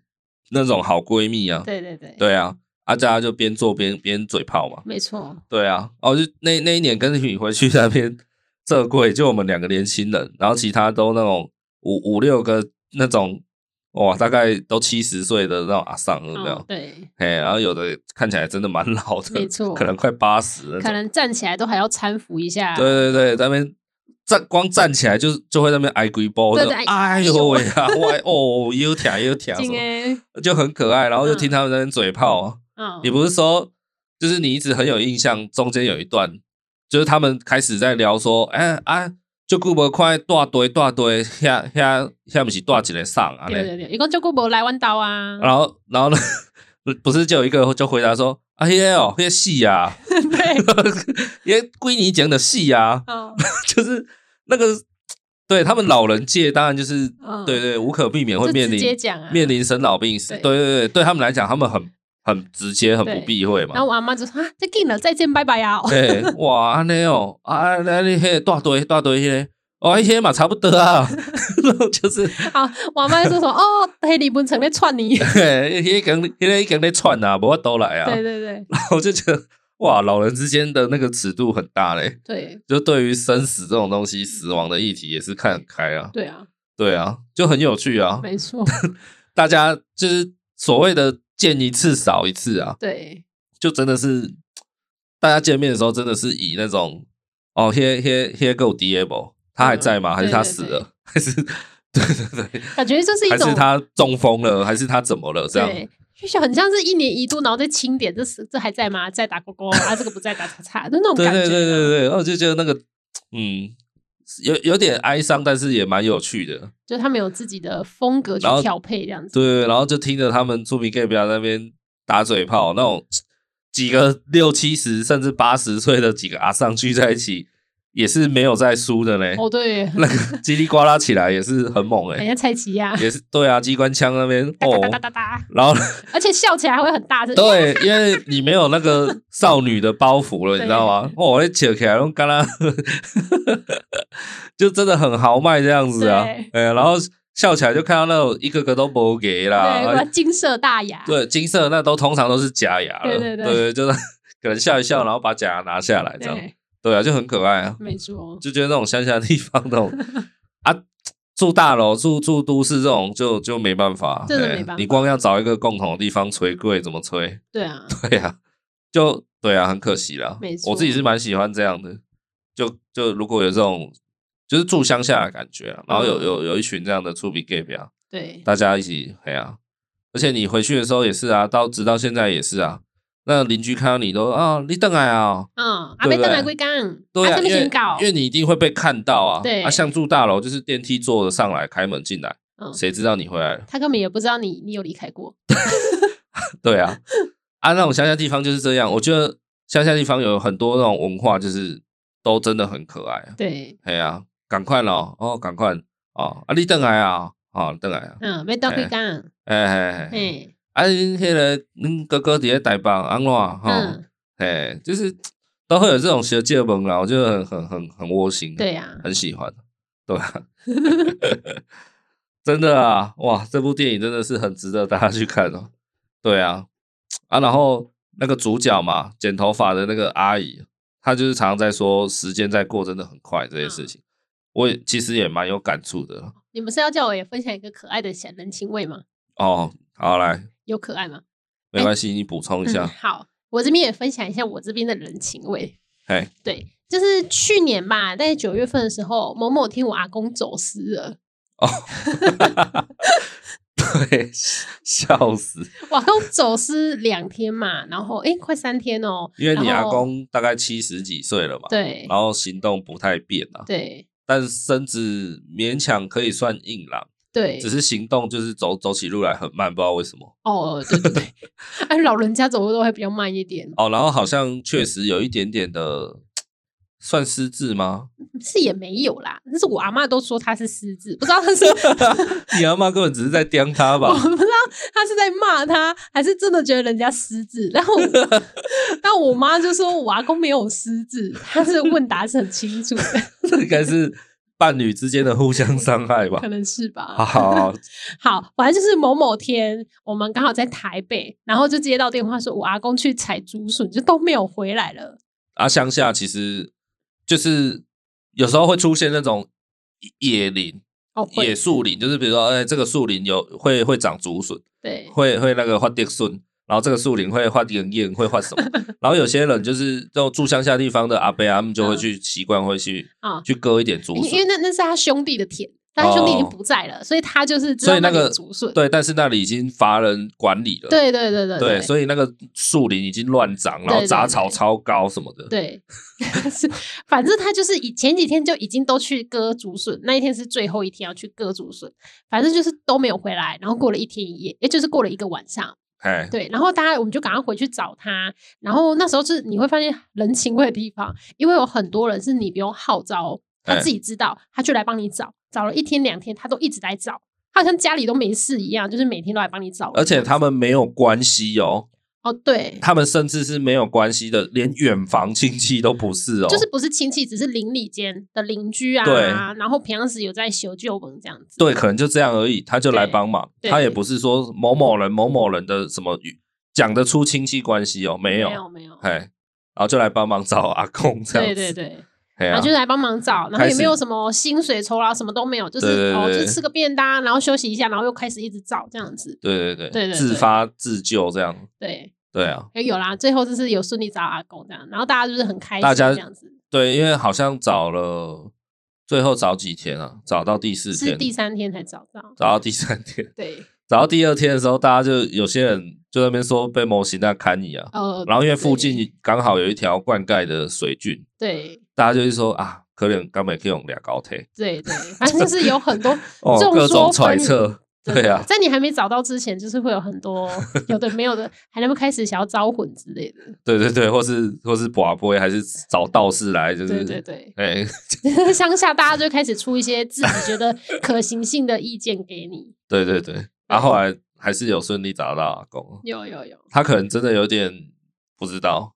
[SPEAKER 1] 那种好闺蜜啊。
[SPEAKER 2] 对对对，
[SPEAKER 1] 对啊，啊大家就边做边边嘴炮嘛。
[SPEAKER 2] 没错，
[SPEAKER 1] 对啊，哦，就那那一年跟你回去那边这柜，就我们两个年轻人，然后其他都那种五五六个那种哇，大概都七十岁的那种阿桑有没
[SPEAKER 2] 哦
[SPEAKER 1] 有？
[SPEAKER 2] 对，
[SPEAKER 1] 哎、然后有的看起来真的蛮老的，
[SPEAKER 2] 没错
[SPEAKER 1] 可能快八十那
[SPEAKER 2] 可
[SPEAKER 1] 种。
[SPEAKER 2] 能站起来都还要搀扶一下，
[SPEAKER 1] 对对对，在那边站光站起来就就会在那边挨鬼包，
[SPEAKER 2] 对
[SPEAKER 1] 就
[SPEAKER 2] 对
[SPEAKER 1] 哎呦喂啊，喂哦，又跳又跳，什
[SPEAKER 2] 紧
[SPEAKER 1] 么
[SPEAKER 2] 哎，
[SPEAKER 1] 就很可爱。然后就听他们在那边嘴炮啊。
[SPEAKER 2] 嗯，
[SPEAKER 1] 你不是说，就是你一直很有印象，中间有一段，就是他们开始在聊说，哎、啊，就顾不快大堆大堆，下下下不是大几个上啊
[SPEAKER 2] 对
[SPEAKER 1] 嘞，
[SPEAKER 2] 对对，一共就过不来弯
[SPEAKER 1] <laughs>
[SPEAKER 2] 刀啊，
[SPEAKER 1] 然后然后呢，不是就有一个就回答说，啊嘿哦，嘿戏啊， <laughs>
[SPEAKER 2] 对，
[SPEAKER 1] 因为归你讲的戏啊，
[SPEAKER 2] 嗯
[SPEAKER 1] 就是那个对他们老人界，当然就是、<laughs>
[SPEAKER 2] 嗯，
[SPEAKER 1] 对对，无可避免会
[SPEAKER 2] 就
[SPEAKER 1] 面
[SPEAKER 2] 直接
[SPEAKER 1] 临
[SPEAKER 2] 讲啊，
[SPEAKER 1] 面临生老病死，
[SPEAKER 2] 对
[SPEAKER 1] 对对对，对他们来讲，他们很很直接，很
[SPEAKER 2] 对
[SPEAKER 1] 不避讳嘛。
[SPEAKER 2] 然后我阿妈就说啊，再见了，再见，拜拜呀、啊。
[SPEAKER 1] 哎、哇，安尼哦，啊，那你迄大堆大堆迄、那个，哦，迄个嘛差不多
[SPEAKER 2] <laughs>
[SPEAKER 1] 啊，就是，
[SPEAKER 2] 啊，我阿妈就说什么哦，黑李文成在串你。
[SPEAKER 1] 嘿迄个迄个已经在串啊，无法度来啊
[SPEAKER 2] 对，对对
[SPEAKER 1] 我就觉得哇，老人之间的那个尺度很大嘞，
[SPEAKER 2] 对
[SPEAKER 1] 就对于生死这种东西，死亡的议题也是看很开啊，
[SPEAKER 2] 对啊，
[SPEAKER 1] 对啊，就很有趣啊，
[SPEAKER 2] 没错，
[SPEAKER 1] 大家就是所谓的见一次少一次啊，
[SPEAKER 2] 对
[SPEAKER 1] 就真的是大家见面的时候，真的是以那种哦，here here here go d a b l e 他还在
[SPEAKER 2] 嗯
[SPEAKER 1] 吗？还是他死了？还是 <laughs> 对对对，
[SPEAKER 2] 感觉就是一
[SPEAKER 1] 还是
[SPEAKER 2] 种
[SPEAKER 1] 他中风了？还是他怎么了？这样
[SPEAKER 2] 对。就是很像是一年一度，然后再清点，这是这还在吗？在打勾
[SPEAKER 1] <laughs>
[SPEAKER 2] 勾啊，这个不在打叉叉，就那种
[SPEAKER 1] 对
[SPEAKER 2] 感觉啊。
[SPEAKER 1] 对对对对，然后我就觉得那个嗯，有有点哀伤，但是也蛮有趣的。
[SPEAKER 2] 就他们有自己的风格去
[SPEAKER 1] 然后
[SPEAKER 2] 调配这样子。
[SPEAKER 1] 对，然后就听着他们出名 gay 表那边打嘴炮，那种几个六七十甚至八十岁的几个阿上聚在一起，也是没有在输的嘞。
[SPEAKER 2] 哦，对，
[SPEAKER 1] 那个叽里呱啦起来也是很猛哎、
[SPEAKER 2] 人家蔡奇亚，
[SPEAKER 1] 也是对啊，机关枪那边
[SPEAKER 2] 哒哒哒
[SPEAKER 1] 哦，
[SPEAKER 2] 哒哒哒，
[SPEAKER 1] 然
[SPEAKER 2] <laughs>
[SPEAKER 1] 后
[SPEAKER 2] 而且笑起来还会很大声。
[SPEAKER 1] 对，因为你没有那个少女的包袱了，你
[SPEAKER 2] 对
[SPEAKER 1] 知道吗？哦，我扯起来，然后刚刚 <laughs> 就真的很豪迈这样子啊，
[SPEAKER 2] 对
[SPEAKER 1] 哎，然后笑起来就看到那种一个个都不给啦，
[SPEAKER 2] 对，金色大牙。
[SPEAKER 1] 啊对，金色的那都通常都是假牙了，
[SPEAKER 2] 对对对
[SPEAKER 1] 就是 <laughs> 可能笑一笑，然后把假牙拿下来这样，
[SPEAKER 2] 对，
[SPEAKER 1] 对啊，就很可爱啊，
[SPEAKER 2] 没错。
[SPEAKER 1] 就觉得那种乡下地方那
[SPEAKER 2] <laughs>
[SPEAKER 1] 种啊，住大楼、住住都市这种就就没办法，
[SPEAKER 2] 真的
[SPEAKER 1] 哎
[SPEAKER 2] 没办法
[SPEAKER 1] 你光要找一个共同的地方捶柜，怎么捶？
[SPEAKER 2] 对啊，
[SPEAKER 1] <laughs> 对啊，就对啊，很可惜啦。
[SPEAKER 2] 没错
[SPEAKER 1] 我自己是蛮喜欢这样的，就就如果有这种就是住乡下的感觉啊，然后有
[SPEAKER 2] 嗯
[SPEAKER 1] 有有一群这样的出比 gay 表，
[SPEAKER 2] 对
[SPEAKER 1] 大家一起哎呀、而且你回去的时候也是啊，到直到现在也是啊。那邻居看到你都啊，你等来啊，
[SPEAKER 2] 嗯，阿
[SPEAKER 1] 对
[SPEAKER 2] 贝
[SPEAKER 1] 不
[SPEAKER 2] 邓
[SPEAKER 1] 对
[SPEAKER 2] 来归刚，
[SPEAKER 1] 对啊，
[SPEAKER 2] 这
[SPEAKER 1] 因
[SPEAKER 2] 边
[SPEAKER 1] 为
[SPEAKER 2] 先搞
[SPEAKER 1] 因，为你一定会被看到啊。
[SPEAKER 2] 对
[SPEAKER 1] 啊，像住大楼就是电梯坐着上来，开门进来，
[SPEAKER 2] 嗯
[SPEAKER 1] 谁知道你回来 <laughs> 了？
[SPEAKER 2] 他根本也不知道你你有离开过。
[SPEAKER 1] 对啊，啊，那种乡下地方就是这样。我觉得乡下地方有很多那种文化，就是都真的很可爱啊。
[SPEAKER 2] 对，
[SPEAKER 1] 哎呀、赶快咯，哦，赶快哦，啊，你等来啊，哦，等来啊，
[SPEAKER 2] 嗯，没到归刚，
[SPEAKER 1] 哎哎哎，
[SPEAKER 2] 哎，
[SPEAKER 1] 啊，恁迄个恁哥哥伫咧台北安怎哈？
[SPEAKER 2] 嗯，
[SPEAKER 1] 哎，就是都会有这种小借本啦，啊我觉得很很很很窝心。啊
[SPEAKER 2] 对啊呀，
[SPEAKER 1] 很喜欢，对啊，真的啊，哇，这部电影真的是很值得大家去看哦。对啊，啊，然后那个主角嘛，剪头发的那个阿姨，她就是常常在说时间在过真的很快这件事情，我也其实也蛮有感触的
[SPEAKER 2] 你们是要叫我也分享一个可爱的小人情味吗？
[SPEAKER 1] 哦。好，来，
[SPEAKER 2] 有可爱吗？
[SPEAKER 1] 没关系，你补充一
[SPEAKER 2] 嗯，
[SPEAKER 1] 下。
[SPEAKER 2] 好，我这边也分享一下我这边的人情味。
[SPEAKER 1] 嘿， <laughs>
[SPEAKER 2] 对，就是去年吧，在九月份的时候，某某听我阿公走失了，
[SPEAKER 1] 对， <laughs> 笑死，
[SPEAKER 2] 我阿公走失两天嘛，然后诶，快三天哦，
[SPEAKER 1] 因为你
[SPEAKER 2] 然
[SPEAKER 1] 阿
[SPEAKER 2] 后
[SPEAKER 1] 公哦大概七十几岁了嘛，
[SPEAKER 2] 对
[SPEAKER 1] 然后行动不太便啊，
[SPEAKER 2] 对
[SPEAKER 1] 但身子勉强可以算硬朗。
[SPEAKER 2] 对，
[SPEAKER 1] 只是行动就是走走起路来很慢，不知道为什么
[SPEAKER 2] 哦，对对
[SPEAKER 1] <laughs>
[SPEAKER 2] 对，哎，老人家走路都会比较慢一点，
[SPEAKER 1] 哦。然后好像确实有一点点的算失智吗？
[SPEAKER 2] 是也没有啦，但是我阿嬷都说他是失智，不知道
[SPEAKER 1] <laughs>
[SPEAKER 2] 他是
[SPEAKER 1] 你阿妈根本只是在刁他
[SPEAKER 2] 我 <laughs>
[SPEAKER 1] 吧？
[SPEAKER 2] 不知道他是在骂他，还是真的觉得人家失智。然后我，
[SPEAKER 1] <laughs>
[SPEAKER 2] 但我妈就说我阿公没有失智，他是问答是很清楚的，
[SPEAKER 1] 这应该是伴侣之间的互相伤害吧
[SPEAKER 2] 可？能是吧。
[SPEAKER 1] 好好好，
[SPEAKER 2] 好，反正就是某某天，我们刚好在台北，然后就接到电话说，我阿公去采竹笋，就都没有回来了。
[SPEAKER 1] 啊，乡下其实就是有时候会出现那种野林、
[SPEAKER 2] 哦，
[SPEAKER 1] 野
[SPEAKER 2] 会，
[SPEAKER 1] 树林，就是比如说，哎，这个树林有会会长竹笋，
[SPEAKER 2] 对
[SPEAKER 1] 会会那个花地笋，然后这个树林会换盐叶，会换什么？ <laughs> 然后有些人就是这种住乡下地方的阿伯啊，他们就会去习惯会去
[SPEAKER 2] 啊，
[SPEAKER 1] 去割一点竹
[SPEAKER 2] 嗯因因
[SPEAKER 1] 笋哦
[SPEAKER 2] 为。那那是他兄弟的田，但他兄弟已经不在了，所以他就是知道
[SPEAKER 1] 所以那
[SPEAKER 2] 里有
[SPEAKER 1] 个
[SPEAKER 2] 竹笋，
[SPEAKER 1] 对，但是那里已经乏人管理了。
[SPEAKER 2] 对对对对
[SPEAKER 1] 对
[SPEAKER 2] 对
[SPEAKER 1] 所以那个树林已经乱长，然
[SPEAKER 2] 对
[SPEAKER 1] 后
[SPEAKER 2] 对
[SPEAKER 1] 杂
[SPEAKER 2] 对
[SPEAKER 1] 草超高什么的。
[SPEAKER 2] 对， <laughs> 是，反正他就是以前几天就已经都去割竹笋，那一天是最后一天要去割竹笋，反正就是都没有回来，然后过了一天一夜，也就是过了一个晚上，
[SPEAKER 1] 哎，
[SPEAKER 2] 对，然后大家我们就赶快回去找他，然后那时候是你会发现人情味的地方，因为有很多人是你不用号召，他
[SPEAKER 1] 哎
[SPEAKER 2] 自己知道，他就来帮你找，找了一天两天，他都一直来找。他好像家里都没事一样，就是每天都来帮你找人这样
[SPEAKER 1] 而
[SPEAKER 2] 子。
[SPEAKER 1] 且他们没有关系哦，
[SPEAKER 2] 哦，对，
[SPEAKER 1] 他们甚至是没有关系的，连远房亲戚都不是哦。
[SPEAKER 2] 就是不是亲戚，只是邻里间的邻居啊，
[SPEAKER 1] 对
[SPEAKER 2] 然后平常时有在修旧本这样子，
[SPEAKER 1] 对，可能就这样而已，他就来
[SPEAKER 2] 对
[SPEAKER 1] 帮忙，
[SPEAKER 2] 对
[SPEAKER 1] 他也不是说某某人某某人的什么讲得出亲戚关系哦，没有
[SPEAKER 2] 没，有没有，
[SPEAKER 1] 哎，然后就来帮忙找阿公这样
[SPEAKER 2] 对
[SPEAKER 1] 子，
[SPEAKER 2] 对对，
[SPEAKER 1] 哎呀
[SPEAKER 2] 然后就来帮忙找，然后也
[SPEAKER 1] 开始
[SPEAKER 2] 没有什么薪水酬劳，什么都没有，就是
[SPEAKER 1] 对对对
[SPEAKER 2] 哦，就
[SPEAKER 1] 对
[SPEAKER 2] 吃个便当，然后休息一下，然后又开始一直找这样子，
[SPEAKER 1] 对对
[SPEAKER 2] 对对
[SPEAKER 1] 自
[SPEAKER 2] 对
[SPEAKER 1] 发自救这样，
[SPEAKER 2] 对，
[SPEAKER 1] 对啊，
[SPEAKER 2] 哎有啦，最后就是有顺利找阿公这样，然后大家就是很开心
[SPEAKER 1] 大家
[SPEAKER 2] 这样子，
[SPEAKER 1] 对，因为好像找了，最后找几天啊，找到第四
[SPEAKER 2] 是
[SPEAKER 1] 天，
[SPEAKER 2] 第三天才找到，
[SPEAKER 1] 找到第三天，
[SPEAKER 2] 对，
[SPEAKER 1] 找到第二天的时候，大家就有些人就在那边说被模型那看你啊，
[SPEAKER 2] 呃，
[SPEAKER 1] 然后因为附
[SPEAKER 2] 对
[SPEAKER 1] 近刚好有一条灌溉的水郡，
[SPEAKER 2] 对
[SPEAKER 1] 大家就是说啊，可能根本可以用俩高铁。
[SPEAKER 2] 对对，反正就是有很多
[SPEAKER 1] 哦，
[SPEAKER 2] 众
[SPEAKER 1] 各
[SPEAKER 2] 说
[SPEAKER 1] 种揣
[SPEAKER 2] 纷纭
[SPEAKER 1] 测，
[SPEAKER 2] 真
[SPEAKER 1] <laughs>
[SPEAKER 2] 的
[SPEAKER 1] 对啊，
[SPEAKER 2] 在你还没找到之前，就是会有很多有的没有的，还能不开始想要招魂之类的。
[SPEAKER 1] 对对对，或是或是寡波还是找道士来，就是
[SPEAKER 2] 对对对， <laughs>
[SPEAKER 1] 哎，
[SPEAKER 2] 乡下大家就开始出一些自己觉得可行性的意见给
[SPEAKER 1] <laughs>
[SPEAKER 2] 你。
[SPEAKER 1] 对对对，然、后后来还是有顺利找到阿公，
[SPEAKER 2] 有有有，
[SPEAKER 1] 他可能真的有点不知道，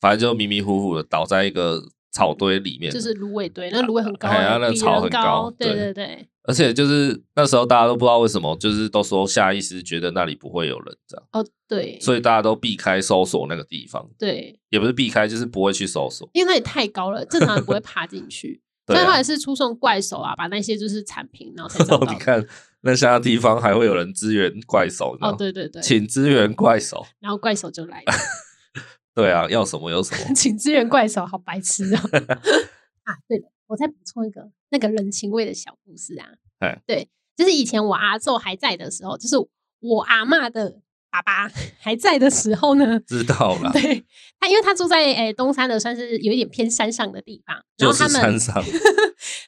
[SPEAKER 1] 反正就迷迷糊糊的倒在一个草堆里面，
[SPEAKER 2] 就是芦苇堆，那芦苇很高、
[SPEAKER 1] 哎呀那
[SPEAKER 2] 比
[SPEAKER 1] 草
[SPEAKER 2] 人
[SPEAKER 1] 很高
[SPEAKER 2] 高。对
[SPEAKER 1] 对
[SPEAKER 2] 对对，
[SPEAKER 1] 而且就是那时候大家都不知道为什么，就是都说下意识觉得那里不会有人这样，
[SPEAKER 2] 哦对，
[SPEAKER 1] 所以大家都避开搜索那个地方，
[SPEAKER 2] 对，
[SPEAKER 1] 也不是避开，就是不会去搜索。
[SPEAKER 2] 因为那里太高了，正常人不会爬进去。
[SPEAKER 1] <laughs> 对
[SPEAKER 2] 所以后
[SPEAKER 1] 啊
[SPEAKER 2] 来，是出送怪手啊，把那些就是铲平，然后
[SPEAKER 1] <laughs>
[SPEAKER 2] 才找
[SPEAKER 1] 然后
[SPEAKER 2] 到
[SPEAKER 1] 你。看那乡下地方还会有人支援怪手，你知道
[SPEAKER 2] 哦，
[SPEAKER 1] 吗
[SPEAKER 2] 对对对，
[SPEAKER 1] 请支援怪手。
[SPEAKER 2] 然后怪手就来了，
[SPEAKER 1] 对啊，要什么有什么。
[SPEAKER 2] <laughs> 请支援怪手，好白痴哦、啊，对了，我再补充一个那个人情味的小故事啊
[SPEAKER 1] 哎。
[SPEAKER 2] 对，就是以前我阿昼还在的时候，就是我阿嬷的爸爸还在的时候呢，
[SPEAKER 1] 知道了，
[SPEAKER 2] <laughs> 对他，因为他住在诶、东山的，算是有一点偏山上的地方，然
[SPEAKER 1] 就
[SPEAKER 2] 后他
[SPEAKER 1] 是
[SPEAKER 2] 们
[SPEAKER 1] 山上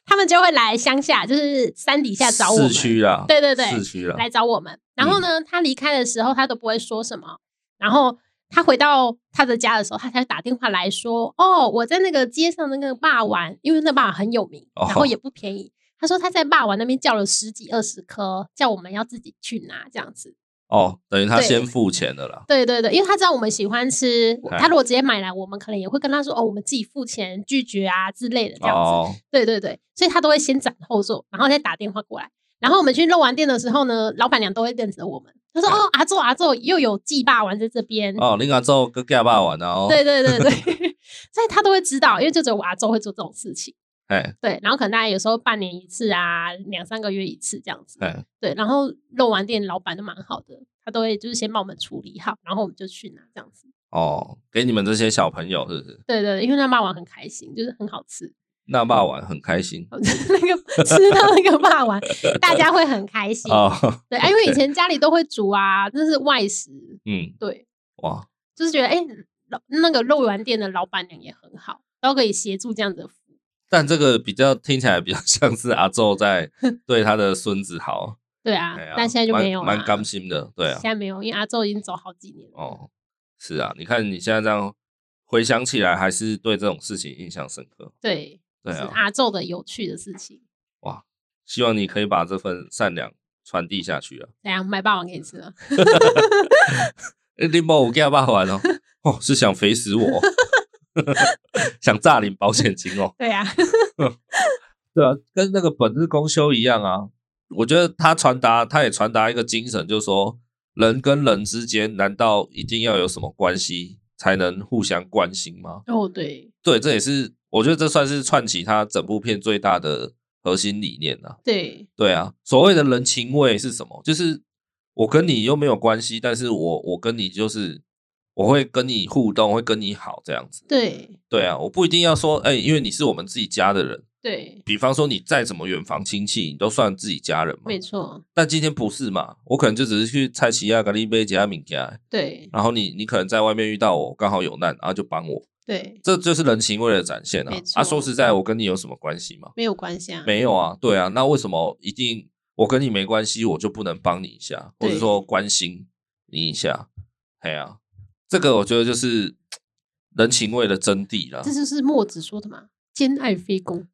[SPEAKER 2] 他们就会来乡下，就是山底下找我们，
[SPEAKER 1] 市区啦，
[SPEAKER 2] 对对对
[SPEAKER 1] 市区啦，
[SPEAKER 2] 来找我们。然
[SPEAKER 1] 嗯
[SPEAKER 2] 后呢，他离开的时候他都不会说什么，然后他回到他的家的时候，他才打电话来说：“哦，我在那个街上的那个霸王，因为那霸王很有名，
[SPEAKER 1] 哦
[SPEAKER 2] 然后也不便宜。他说他在霸王那边叫了十几二十颗，叫我们要自己去拿这样子。
[SPEAKER 1] 哦，等于他
[SPEAKER 2] 对
[SPEAKER 1] 先付钱的啦，
[SPEAKER 2] 对对对，因为他知道我们喜欢吃，
[SPEAKER 1] 哎
[SPEAKER 2] 他如果直接买来，我们可能也会跟他说：“哦，我们自己付钱拒绝啊之类的这样子。
[SPEAKER 1] 哦，
[SPEAKER 2] 对对对，所以他都会先斩后奏，然后再打电话过来。然后我们去肉丸店的时候呢，老板娘都会认得我们。她说：“哦，阿昼阿昼又有祭霸丸在这边。
[SPEAKER 1] 嗯哦，你敢做个假霸玩哦，
[SPEAKER 2] 嗯对，对
[SPEAKER 1] <laughs>
[SPEAKER 2] 对对，所以他都会知道，因为就只有我阿昼会做这种事情。
[SPEAKER 1] 哎
[SPEAKER 2] 对，然后可能大家有时候半年一次啊，两三个月一次这样子。
[SPEAKER 1] 哎，
[SPEAKER 2] 对，然后肉丸店老板都蛮好的，他都会就是先帮我们处理好，然后我们就去拿这样子。
[SPEAKER 1] 哦，给你们这些小朋友是不是？
[SPEAKER 2] 对对，对因为那霸王很开心，就是很好吃。 <laughs>
[SPEAKER 1] 那霸
[SPEAKER 2] 嗯
[SPEAKER 1] 玩很开心
[SPEAKER 2] 那个吃到那个霸王，大家会很开心。
[SPEAKER 1] 哦，
[SPEAKER 2] 对，啊因为以
[SPEAKER 1] OK
[SPEAKER 2] 前家里都会煮啊，这是外食，
[SPEAKER 1] 嗯，
[SPEAKER 2] 对，
[SPEAKER 1] 哇，
[SPEAKER 2] 就是觉得哎，老、那个肉丸店的老板娘也很好，都可以协助这样子的服务。
[SPEAKER 1] 但这个比较听起来比较像是阿宙
[SPEAKER 2] <laughs>
[SPEAKER 1] 在对他的孙子好，
[SPEAKER 2] 对啊，
[SPEAKER 1] 哎呀
[SPEAKER 2] 但现在就
[SPEAKER 1] 蛮
[SPEAKER 2] 没有
[SPEAKER 1] 蛮
[SPEAKER 2] 啦
[SPEAKER 1] 甘心的，对啊
[SPEAKER 2] 现，在没有，因为阿周已经走好几年了。
[SPEAKER 1] 哦，是啊，你看你现在这样回想起来，还是对这种事情印象深刻，
[SPEAKER 2] 对，
[SPEAKER 1] 对
[SPEAKER 2] 是
[SPEAKER 1] 啊，
[SPEAKER 2] 阿周的有趣的事情。
[SPEAKER 1] 希望你可以把这份善良传递下去啊！
[SPEAKER 2] 怎样买霸王给你吃了？
[SPEAKER 1] 欸、林宝，我跟他爸玩 <laughs> 哦，哦， <laughs> 是想肥死我，想诈领保险金哦。
[SPEAKER 2] 对啊，
[SPEAKER 1] <laughs> 对啊，跟那个本日公休一样啊。我觉得他传达，他也传达一个精神，就是说，人跟人之间难道一定要有什么关系才能互相关心吗？
[SPEAKER 2] 哦对
[SPEAKER 1] 对，这也是我觉得这算是串起他整部片最大的核心理念啊。
[SPEAKER 2] 对
[SPEAKER 1] 对啊，所谓的人情味是什么？就是我跟你又没有关系，但是我我跟你就是我会跟你互动，会跟你好这样子。
[SPEAKER 2] 对
[SPEAKER 1] 对啊，我不一定要说，哎、因为你是我们自己家的人。
[SPEAKER 2] 对，
[SPEAKER 1] 比方说，你再怎么远房亲戚，你都算自己家人嘛。
[SPEAKER 2] 没错，
[SPEAKER 1] 但今天不是嘛？我可能就只是去菜啊奇亚、咖喱杯、吉亚米家，
[SPEAKER 2] 对
[SPEAKER 1] 然后你你可能在外面遇到我，刚好有难，然后就帮我，
[SPEAKER 2] 对，
[SPEAKER 1] 这就是人情味的展现啊
[SPEAKER 2] 没！错
[SPEAKER 1] 啊，说实在，我跟你有什么关系吗？
[SPEAKER 2] 没有关系啊。
[SPEAKER 1] 没有啊，对啊，那为什么一定我跟你没关系，我就不能帮你一下，或
[SPEAKER 2] 对
[SPEAKER 1] 者说关心你一下？哎呀、啊，这个我觉得就是人情味的真谛啦
[SPEAKER 2] 这，就是墨子说的嘛，兼爱
[SPEAKER 1] <laughs>
[SPEAKER 2] 非攻，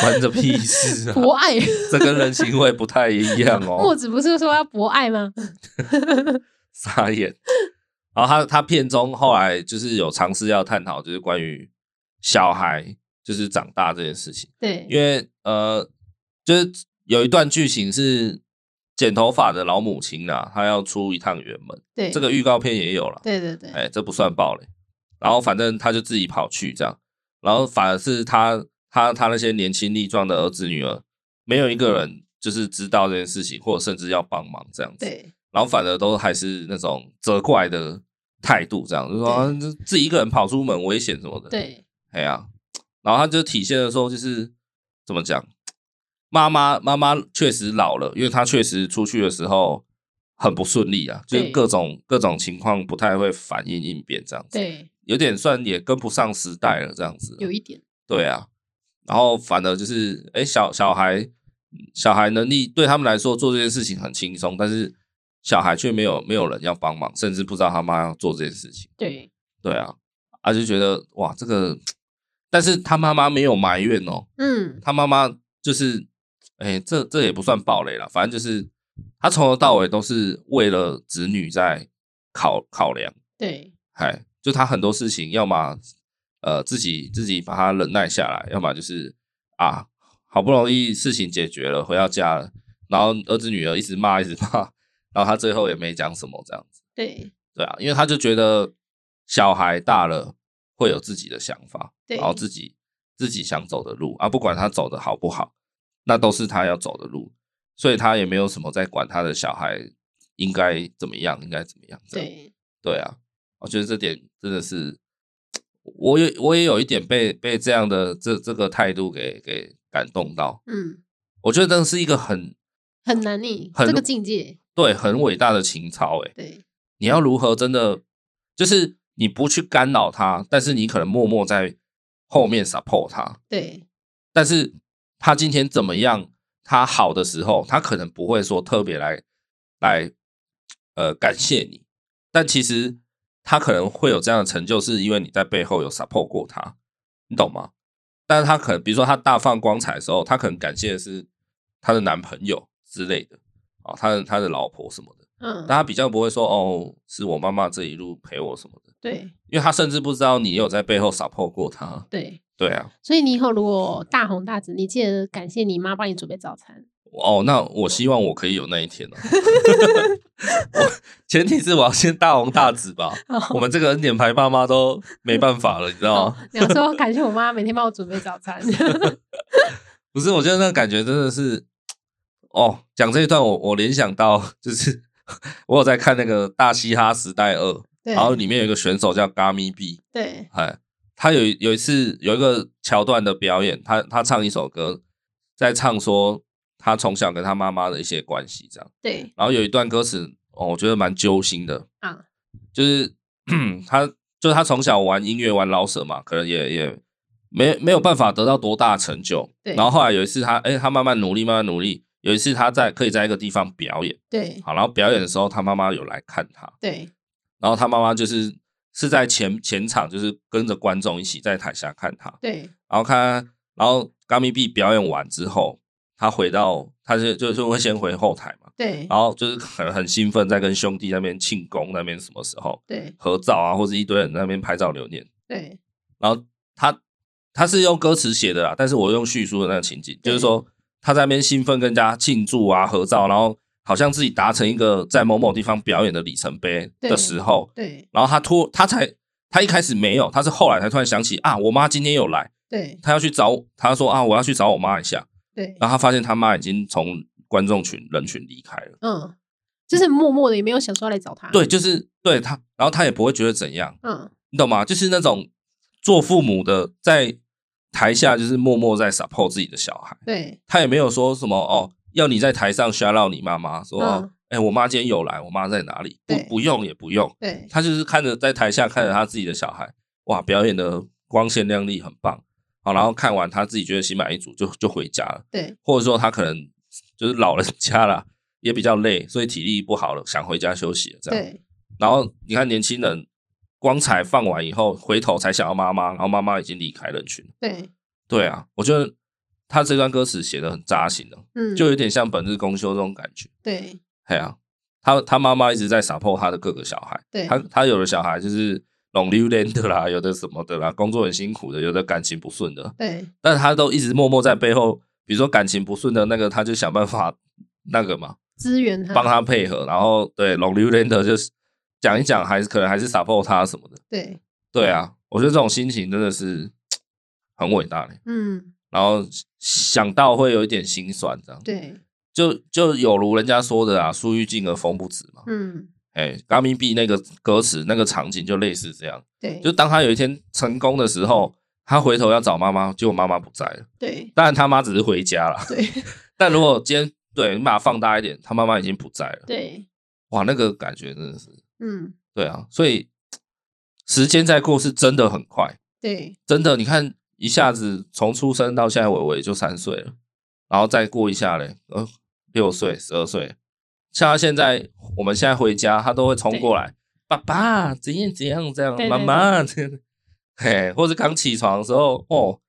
[SPEAKER 1] 关着屁事
[SPEAKER 2] <laughs>
[SPEAKER 1] 啊！
[SPEAKER 2] 博爱。
[SPEAKER 1] 这跟人情味不太一样
[SPEAKER 2] 墨 <laughs>
[SPEAKER 1] 哦，
[SPEAKER 2] 子不是说要博爱吗？
[SPEAKER 1] 傻眼。然后他他片中后来就是有尝试要探讨，就是关于小孩就是长大这件事情。
[SPEAKER 2] 对，
[SPEAKER 1] 因为呃，就是有一段剧情是剪头发的老母亲啦，她要出一趟远门，
[SPEAKER 2] 对，
[SPEAKER 1] 这，个预告片也有了，
[SPEAKER 2] 对对对，
[SPEAKER 1] 哎，这不算暴雷。然后反正她就自己跑去这样，然后反而是她她她那些年轻力壮的儿子女儿，没有一
[SPEAKER 2] 嗯
[SPEAKER 1] 个人就是知道这件事情，或者甚至要帮忙这样子，
[SPEAKER 2] 对
[SPEAKER 1] 然后反而都还是那种责怪的态度，这样就说、
[SPEAKER 2] 对
[SPEAKER 1] 啊、这自己一个人跑出门危险什么的，
[SPEAKER 2] 对
[SPEAKER 1] 哎呀、然后他就体现的时候就是怎么讲，妈妈妈妈确实老了，因为她确实出去的时候很不顺利啊，就是
[SPEAKER 2] 对
[SPEAKER 1] 各种各种情况不太会反应应变这样子，
[SPEAKER 2] 对，
[SPEAKER 1] 有点算也跟不上时代了这样子，
[SPEAKER 2] 有一点，
[SPEAKER 1] 对啊，然后反而就是哎小小孩小孩能力对他们来说做这件事情很轻松，但是小孩却没有没有人要帮忙，甚至不知道他妈要做这件事情。
[SPEAKER 2] 对
[SPEAKER 1] 对啊，啊就觉得哇，这个，但是他妈妈没有埋怨哦，
[SPEAKER 2] 嗯，
[SPEAKER 1] 他妈妈就是，哎、这这也不算暴雷了，反正就是他从头到尾都是为了子女在考考量，
[SPEAKER 2] 对
[SPEAKER 1] 哎，就他很多事情，要么呃自己自己把它忍耐下来，要么就是啊，好不容易事情解决了，回到家了，然后儿子女儿一直骂一直骂，然后他最后也没讲什么这样。
[SPEAKER 2] 对
[SPEAKER 1] 对啊，因为他就觉得小孩大了会有自己的想法，
[SPEAKER 2] 对
[SPEAKER 1] 然后自己自己想走的路啊，不管他走的好不好，那都是他要走的路，所以他也没有什么在管他的小孩应该怎么样，应该怎么样。这样
[SPEAKER 2] 对
[SPEAKER 1] 对啊，我觉得这点真的是，我也我也有一点被被这样的这这个态度给给感动到，
[SPEAKER 2] 嗯，
[SPEAKER 1] 我觉得这是一个很
[SPEAKER 2] 很难呢，
[SPEAKER 1] 很
[SPEAKER 2] 这个境界，
[SPEAKER 1] 对很伟大的情操、欸，
[SPEAKER 2] 对
[SPEAKER 1] 你要如何真的就是你不去干扰他，但是你可能默默在后面 support 他，
[SPEAKER 2] 对
[SPEAKER 1] 但是他今天怎么样，他好的时候，他可能不会说特别来来呃感谢你，但其实他可能会有这样的成就，是因为你在背后有 support 过他，你懂吗？但是他可能比如说他大放光彩的时候，他可能感谢的是他的男朋友之类的啊、哦，他的他的老婆什么的。
[SPEAKER 2] 嗯，
[SPEAKER 1] 大家比较不会说哦，是我妈妈这一路陪我什么的，
[SPEAKER 2] 对
[SPEAKER 1] 因为她甚至不知道你有在背后 support 过她。
[SPEAKER 2] 对。
[SPEAKER 1] 对啊，
[SPEAKER 2] 所以你以后如果大红大紫，你记得感谢你妈帮你准备早餐。
[SPEAKER 1] 哦，那我希望我可以有那一天哦。我 <laughs> 前提是我要先大红大紫吧。我们这个恩典牌爸妈都没办法了，你知道
[SPEAKER 2] 哦 <laughs>
[SPEAKER 1] 吗？，
[SPEAKER 2] 你要
[SPEAKER 1] <laughs>
[SPEAKER 2] 说感谢我妈每天帮我准备早餐。
[SPEAKER 1] 不是，我觉得那个感觉真的是，哦，讲这一段我我联想到就是 <laughs> 我有在看那个《大嘻哈时代二》，
[SPEAKER 2] 对
[SPEAKER 1] 然后里面有一个选手叫 Gummy B，
[SPEAKER 2] 对
[SPEAKER 1] 哎，他有一有一次有一个桥段的表演，他他唱一首歌，在唱说他从小跟他妈妈的一些关系这样，
[SPEAKER 2] 对
[SPEAKER 1] 然后有一段歌词哦，我觉得蛮揪心的，
[SPEAKER 2] 啊，
[SPEAKER 1] 就是 <clears throat> 他就是他从小玩音乐玩老舍嘛，可能也也没没有办法得到多大的成就，
[SPEAKER 2] 对
[SPEAKER 1] 然后后来有一次他哎、他慢慢努力慢慢努力，有一次他在可以在一个地方表演，
[SPEAKER 2] 对
[SPEAKER 1] 好，然后表演的时候他妈妈有来看他，
[SPEAKER 2] 对
[SPEAKER 1] 然后他妈妈就是是在前前场，就是跟着观众一起在台下看他，
[SPEAKER 2] 对
[SPEAKER 1] 然后看他，然后 Gummy B 表演完之后，他回到他是就是会先回后台嘛，
[SPEAKER 2] 对
[SPEAKER 1] 然后就是很很兴奋，在跟兄弟那边庆功那边什么时候
[SPEAKER 2] 对
[SPEAKER 1] 合照啊，或者一堆人在那边拍照留念，
[SPEAKER 2] 对
[SPEAKER 1] 然后他他是用歌词写的啦，但是我用叙述的那个情景，就是说他在那边兴奋跟人家庆祝啊合照，然后好像自己达成一个在某某地方表演的里程碑的
[SPEAKER 2] 对
[SPEAKER 1] 时候。
[SPEAKER 2] 对
[SPEAKER 1] 然后他突他才他一开始没有，他是后来才突然想起啊，我妈今天有来，
[SPEAKER 2] 对
[SPEAKER 1] 他要去找我他说啊，我要去找我妈一下。
[SPEAKER 2] 对，
[SPEAKER 1] 然后他发现他妈已经从观众群人群离开了，
[SPEAKER 2] 嗯，就是默默的也没有想说要来找他。，
[SPEAKER 1] 对，就是对他，然后他也不会觉得怎样，
[SPEAKER 2] 嗯，
[SPEAKER 1] 你懂吗？就是那种做父母的在台下就是默默在 support 自己的小孩，
[SPEAKER 2] 对，
[SPEAKER 1] 他也没有说什么哦，要你在台上 shout out 你妈妈说，哎、
[SPEAKER 2] 嗯
[SPEAKER 1] 诶我妈今天有来，我妈在哪里？不
[SPEAKER 2] 对
[SPEAKER 1] 不用也不用，
[SPEAKER 2] 对，
[SPEAKER 1] 他就是看着在台下看着他自己的小孩，哇，表演的光鲜亮丽，很棒。好，然后看完他自己觉得心满意足，就就回家了。
[SPEAKER 2] 对，
[SPEAKER 1] 或者说他可能就是老人家了，也比较累，所以体力不好了，想回家休息了这样。
[SPEAKER 2] 对，
[SPEAKER 1] 然后你看年轻人光彩放完以后，回头才想要妈妈，然后妈妈已经离开人群了。
[SPEAKER 2] 对，
[SPEAKER 1] 对啊，我觉得他这段歌词写的很扎心的、
[SPEAKER 2] 嗯，
[SPEAKER 1] 就有点像本日公休这种感觉。
[SPEAKER 2] 对，
[SPEAKER 1] 哎呀、他他妈妈一直在 support 他的各个小孩，
[SPEAKER 2] 对，
[SPEAKER 1] 他他有的小孩就是拢溜连的啦，有的什么的啦，工作很辛苦的，有的感情不顺的，
[SPEAKER 2] 对，
[SPEAKER 1] 但他都一直默默在背后，比如说感情不顺的那个，他就想办法那个嘛，
[SPEAKER 2] 支援他，
[SPEAKER 1] 帮，他配合，然后对拢溜连的就是讲一讲，还是可能还是 support 他什么的。
[SPEAKER 2] 对，
[SPEAKER 1] 对
[SPEAKER 2] 嗯
[SPEAKER 1] 啊，我觉得这种心情真的是很伟大的，
[SPEAKER 2] 嗯，
[SPEAKER 1] 然后想到会有一点心酸，这样
[SPEAKER 2] 对，
[SPEAKER 1] 就就有如人家说的啊，树欲静而风不止嘛。
[SPEAKER 2] 嗯，
[SPEAKER 1] 哎、g a m i B 那个歌词那个场景就类似这样，
[SPEAKER 2] 对，
[SPEAKER 1] 就当他有一天成功的时候，他回头要找妈妈，结果妈妈不在了。
[SPEAKER 2] 对，
[SPEAKER 1] 当然他妈只是回家了，
[SPEAKER 2] 对，
[SPEAKER 1] 但如果今天对你把它放大一点，他妈妈已经不在了，
[SPEAKER 2] 对， <laughs>
[SPEAKER 1] 哇，那个感觉真的是，
[SPEAKER 2] 嗯，
[SPEAKER 1] 对啊，所以时间在过是真的很快，
[SPEAKER 2] 对，
[SPEAKER 1] 真的，你看一
[SPEAKER 2] 嗯
[SPEAKER 1] 下子从出生到现在，伟伟也就三岁了，然后再过一下嘞，呃，六岁、十二岁，像他现在，我们现在回家，他都会冲过来，爸爸怎样怎样这样
[SPEAKER 2] 对，对
[SPEAKER 1] 妈
[SPEAKER 2] 对嗯
[SPEAKER 1] 妈这样，嘿，或是刚起床的时候，哦，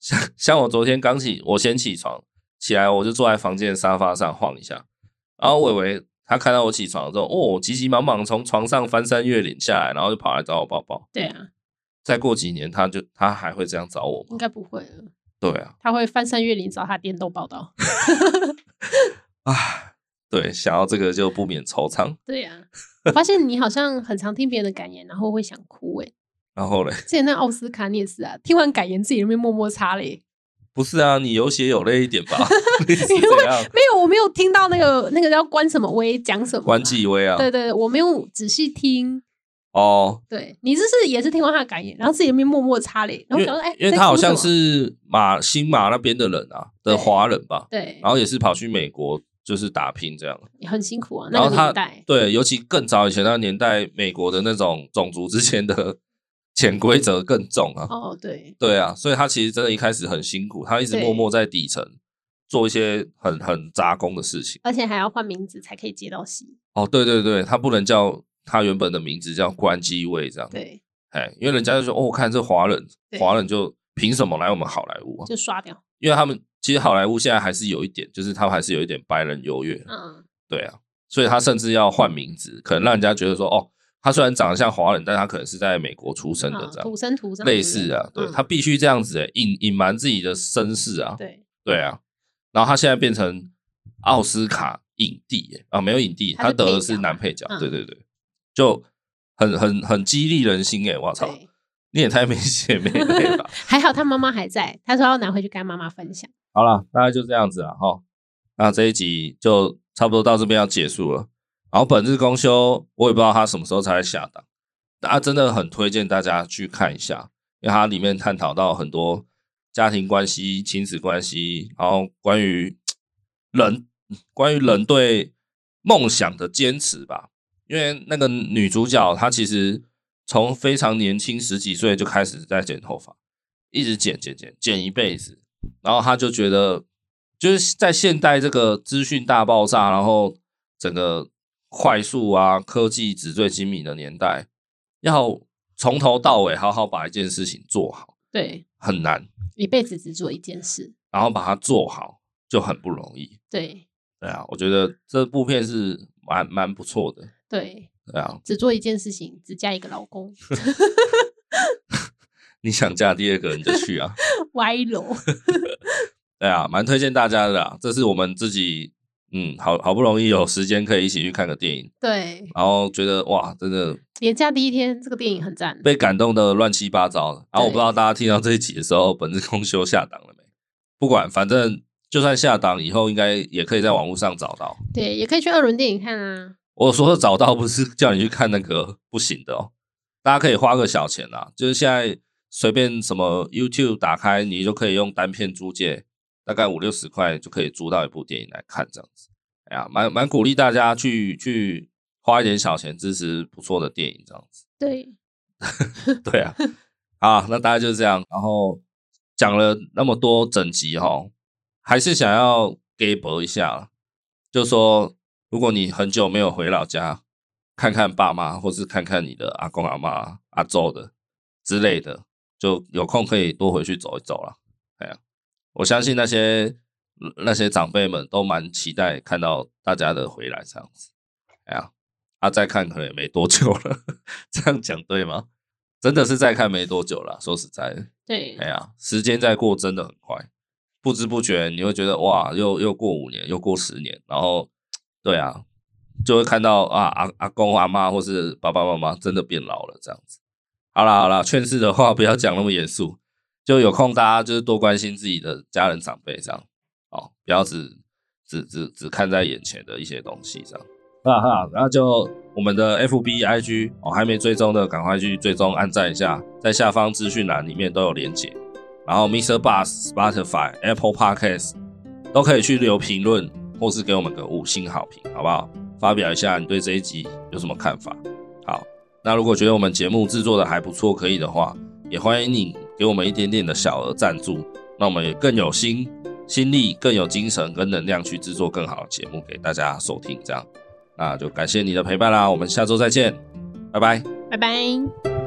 [SPEAKER 1] 像像我昨天刚起，我先起床起来，我就坐在房间的沙发上晃一下，然后伟伟他看到我起床之后，哦，急急忙忙从床上翻山越岭下来，然后就跑来找我抱抱。
[SPEAKER 2] 对啊，
[SPEAKER 1] 再过几年，他就他还会这样找我吗？
[SPEAKER 2] 应该不会了，
[SPEAKER 1] 对啊，
[SPEAKER 2] 他会翻山越岭找他电动报道。 <laughs>
[SPEAKER 1] 唉，对，想到这个就不免惆怅。
[SPEAKER 2] 对
[SPEAKER 1] <laughs>
[SPEAKER 2] 呀、我发现你好像很常听别人的感言，然后会想哭诶、
[SPEAKER 1] 然后嘞，
[SPEAKER 2] 之前那奥斯卡你也是啊，听完感言自己在那边默默擦嘞。
[SPEAKER 1] 不是啊，你有血有泪一点吧？你是
[SPEAKER 2] 因为
[SPEAKER 1] 怎样？
[SPEAKER 2] 没有，我没有听到那个那个要关什么威讲什么啊、
[SPEAKER 1] 关继威啊？
[SPEAKER 2] 对对，我没有仔细听。
[SPEAKER 1] 哦，
[SPEAKER 2] 对你这是也是听完他的感言，然后自己在那边默默擦嘞，
[SPEAKER 1] 因
[SPEAKER 2] 然后
[SPEAKER 1] 为
[SPEAKER 2] 想说，哎，
[SPEAKER 1] 因为
[SPEAKER 2] 在
[SPEAKER 1] 他好
[SPEAKER 2] 哭什
[SPEAKER 1] 像
[SPEAKER 2] 么
[SPEAKER 1] 是马新马那边的人啊
[SPEAKER 2] 对
[SPEAKER 1] 的华人吧，
[SPEAKER 2] 对，
[SPEAKER 1] 然后也是跑去美国就是打拼这样。
[SPEAKER 2] 很辛苦啊，
[SPEAKER 1] 然
[SPEAKER 2] 那
[SPEAKER 1] 后
[SPEAKER 2] 个
[SPEAKER 1] 他
[SPEAKER 2] 年代，
[SPEAKER 1] 对，尤其更早以前那个年代，美国的那种种族之间的潜规则更重啊。
[SPEAKER 2] 哦，对
[SPEAKER 1] 对啊，所以他其实真的一开始很辛苦，他一直
[SPEAKER 2] 对
[SPEAKER 1] 默默在底层做一些很很杂工的事情。
[SPEAKER 2] 而且还要换名字才可以接到戏，
[SPEAKER 1] 哦，对对对，他不能叫他原本的名字叫关机位这样，
[SPEAKER 2] 对，
[SPEAKER 1] 哎，因为人家就说哦，看这华人，
[SPEAKER 2] 对
[SPEAKER 1] 华人就凭什么来我们好莱坞啊？
[SPEAKER 2] 就刷掉，
[SPEAKER 1] 因为他们其实好莱坞现在还是有一点，就是他们还是有一点白人优越，
[SPEAKER 2] 嗯，
[SPEAKER 1] 对啊，所以他甚至要换名字，可能让人家觉得说哦，他虽然长得像华人，但他可能是在美国出生的
[SPEAKER 2] 嗯
[SPEAKER 1] 这样
[SPEAKER 2] 土，生土长的
[SPEAKER 1] 类
[SPEAKER 2] 人
[SPEAKER 1] 似啊，对
[SPEAKER 2] 嗯
[SPEAKER 1] 他必须这样子欸隐隐瞒自己的身世啊，
[SPEAKER 2] 对，
[SPEAKER 1] 对啊，然后他现在变成奥斯卡影帝耶啊，没有影帝，
[SPEAKER 2] 他
[SPEAKER 1] 他
[SPEAKER 2] 是
[SPEAKER 1] 得的
[SPEAKER 2] 配角
[SPEAKER 1] 是男配角，
[SPEAKER 2] 嗯
[SPEAKER 1] 对对对，就很很很激励人心哎，我操，
[SPEAKER 2] 对，
[SPEAKER 1] 你也太没血没泪了吧。
[SPEAKER 2] 还好他妈妈还在，他说要拿回去跟妈妈分享。
[SPEAKER 1] 好啦，大概就这样子了哈。那这一集就差不多到这边要结束了。然后本日公休，我也不知道他什么时候才会下档，啊，真的很推荐大家去看一下，因为它里面探讨到很多家庭关系、亲子关系，然后关于人、关于人对梦想的坚持吧。因为那个女主角她其实从非常年轻十几岁就开始在剪头发，一直剪剪剪剪一辈子，然后他就觉得，就是在现代这个资讯大爆炸，然后整个快速啊、科技纸醉金迷的年代，要从头到尾好好把一件事情做好
[SPEAKER 2] 对，
[SPEAKER 1] 很难，
[SPEAKER 2] 一辈子只做一件事。
[SPEAKER 1] 然后把它做好就很不容易。
[SPEAKER 2] 对
[SPEAKER 1] 对啊，我觉得这部片是蛮蛮不错的。
[SPEAKER 2] 对，
[SPEAKER 1] 对啊，
[SPEAKER 2] 只做一件事情，只嫁一个老公，
[SPEAKER 1] 你想嫁第二个你就去啊。 <laughs>
[SPEAKER 2] 歪楼。 <laughs>
[SPEAKER 1] 对啊，蛮推荐大家的啦。这是我们自己，嗯，好好不容易有时间可以一起去看个电影，
[SPEAKER 2] 对，
[SPEAKER 1] 然后觉得哇，真的
[SPEAKER 2] 连假第一天，这个电影很赞。
[SPEAKER 1] 被感动的乱七八糟的。啊然后我
[SPEAKER 2] 对
[SPEAKER 1] 不知道大家听到这一集的时候，本日公休下档了没？不管，反正就算下档以后，应该也可以在网络上找到。
[SPEAKER 2] 对，也可以去二轮电影看啊。
[SPEAKER 1] 我说的找到不是叫你去看那个不行的哦，大家可以花个小钱啦，就是现在随便什么 YouTube 打开，你就可以用单片租借，大概五六十块就可以租到一部电影来看这样子。哎呀，蛮蛮鼓励大家去去花一点小钱支持不错的电影这样子。
[SPEAKER 2] 对，
[SPEAKER 1] <laughs> 对啊，好，那大概就是这样。然后讲了那么多整集哈，还是想要给博一下，就说如果你很久没有回老家，看看爸妈，或是看看你的阿公阿妈、阿周的之类的，就有空可以多回去走一走啦。哎呀、我相信那些那些长辈们都蛮期待看到大家的回来这样子。哎呀、啊，再看可能也没多久了， <laughs> 这样讲对吗？真的是再看没多久了，说实在的，
[SPEAKER 2] 对
[SPEAKER 1] 哎，呀，时间在过真的很快，不知不觉你会觉得哇，又又过五年，又过十年，然后对啊，就会看到啊阿阿公阿妈或是爸爸妈妈真的变老了这样子。好啦好啦，劝世的话不要讲那么严肃，就有空大家就是多关心自己的家人长辈这样，哦，不要只只只只看在眼前的一些东西这样。哈啊哈，那就我们的 FB、IG 哦，还没追踪的赶快去追踪、按赞一下，在下方资讯栏里面都有连结。然后 Mr. Bus、Spotify、Apple Podcast 都可以去留评论，或是给我们个五星好评，好不好？发表一下你对这一集有什么看法。好，那如果觉得我们节目制作的还不错，可以的话，也欢迎你给我们一点点的小额赞助，那我们也更有心、心力、更有精神跟能量去制作更好的节目给大家收听。这样，那就感谢你的陪伴啦，我们下周再见，拜拜。
[SPEAKER 2] 拜拜。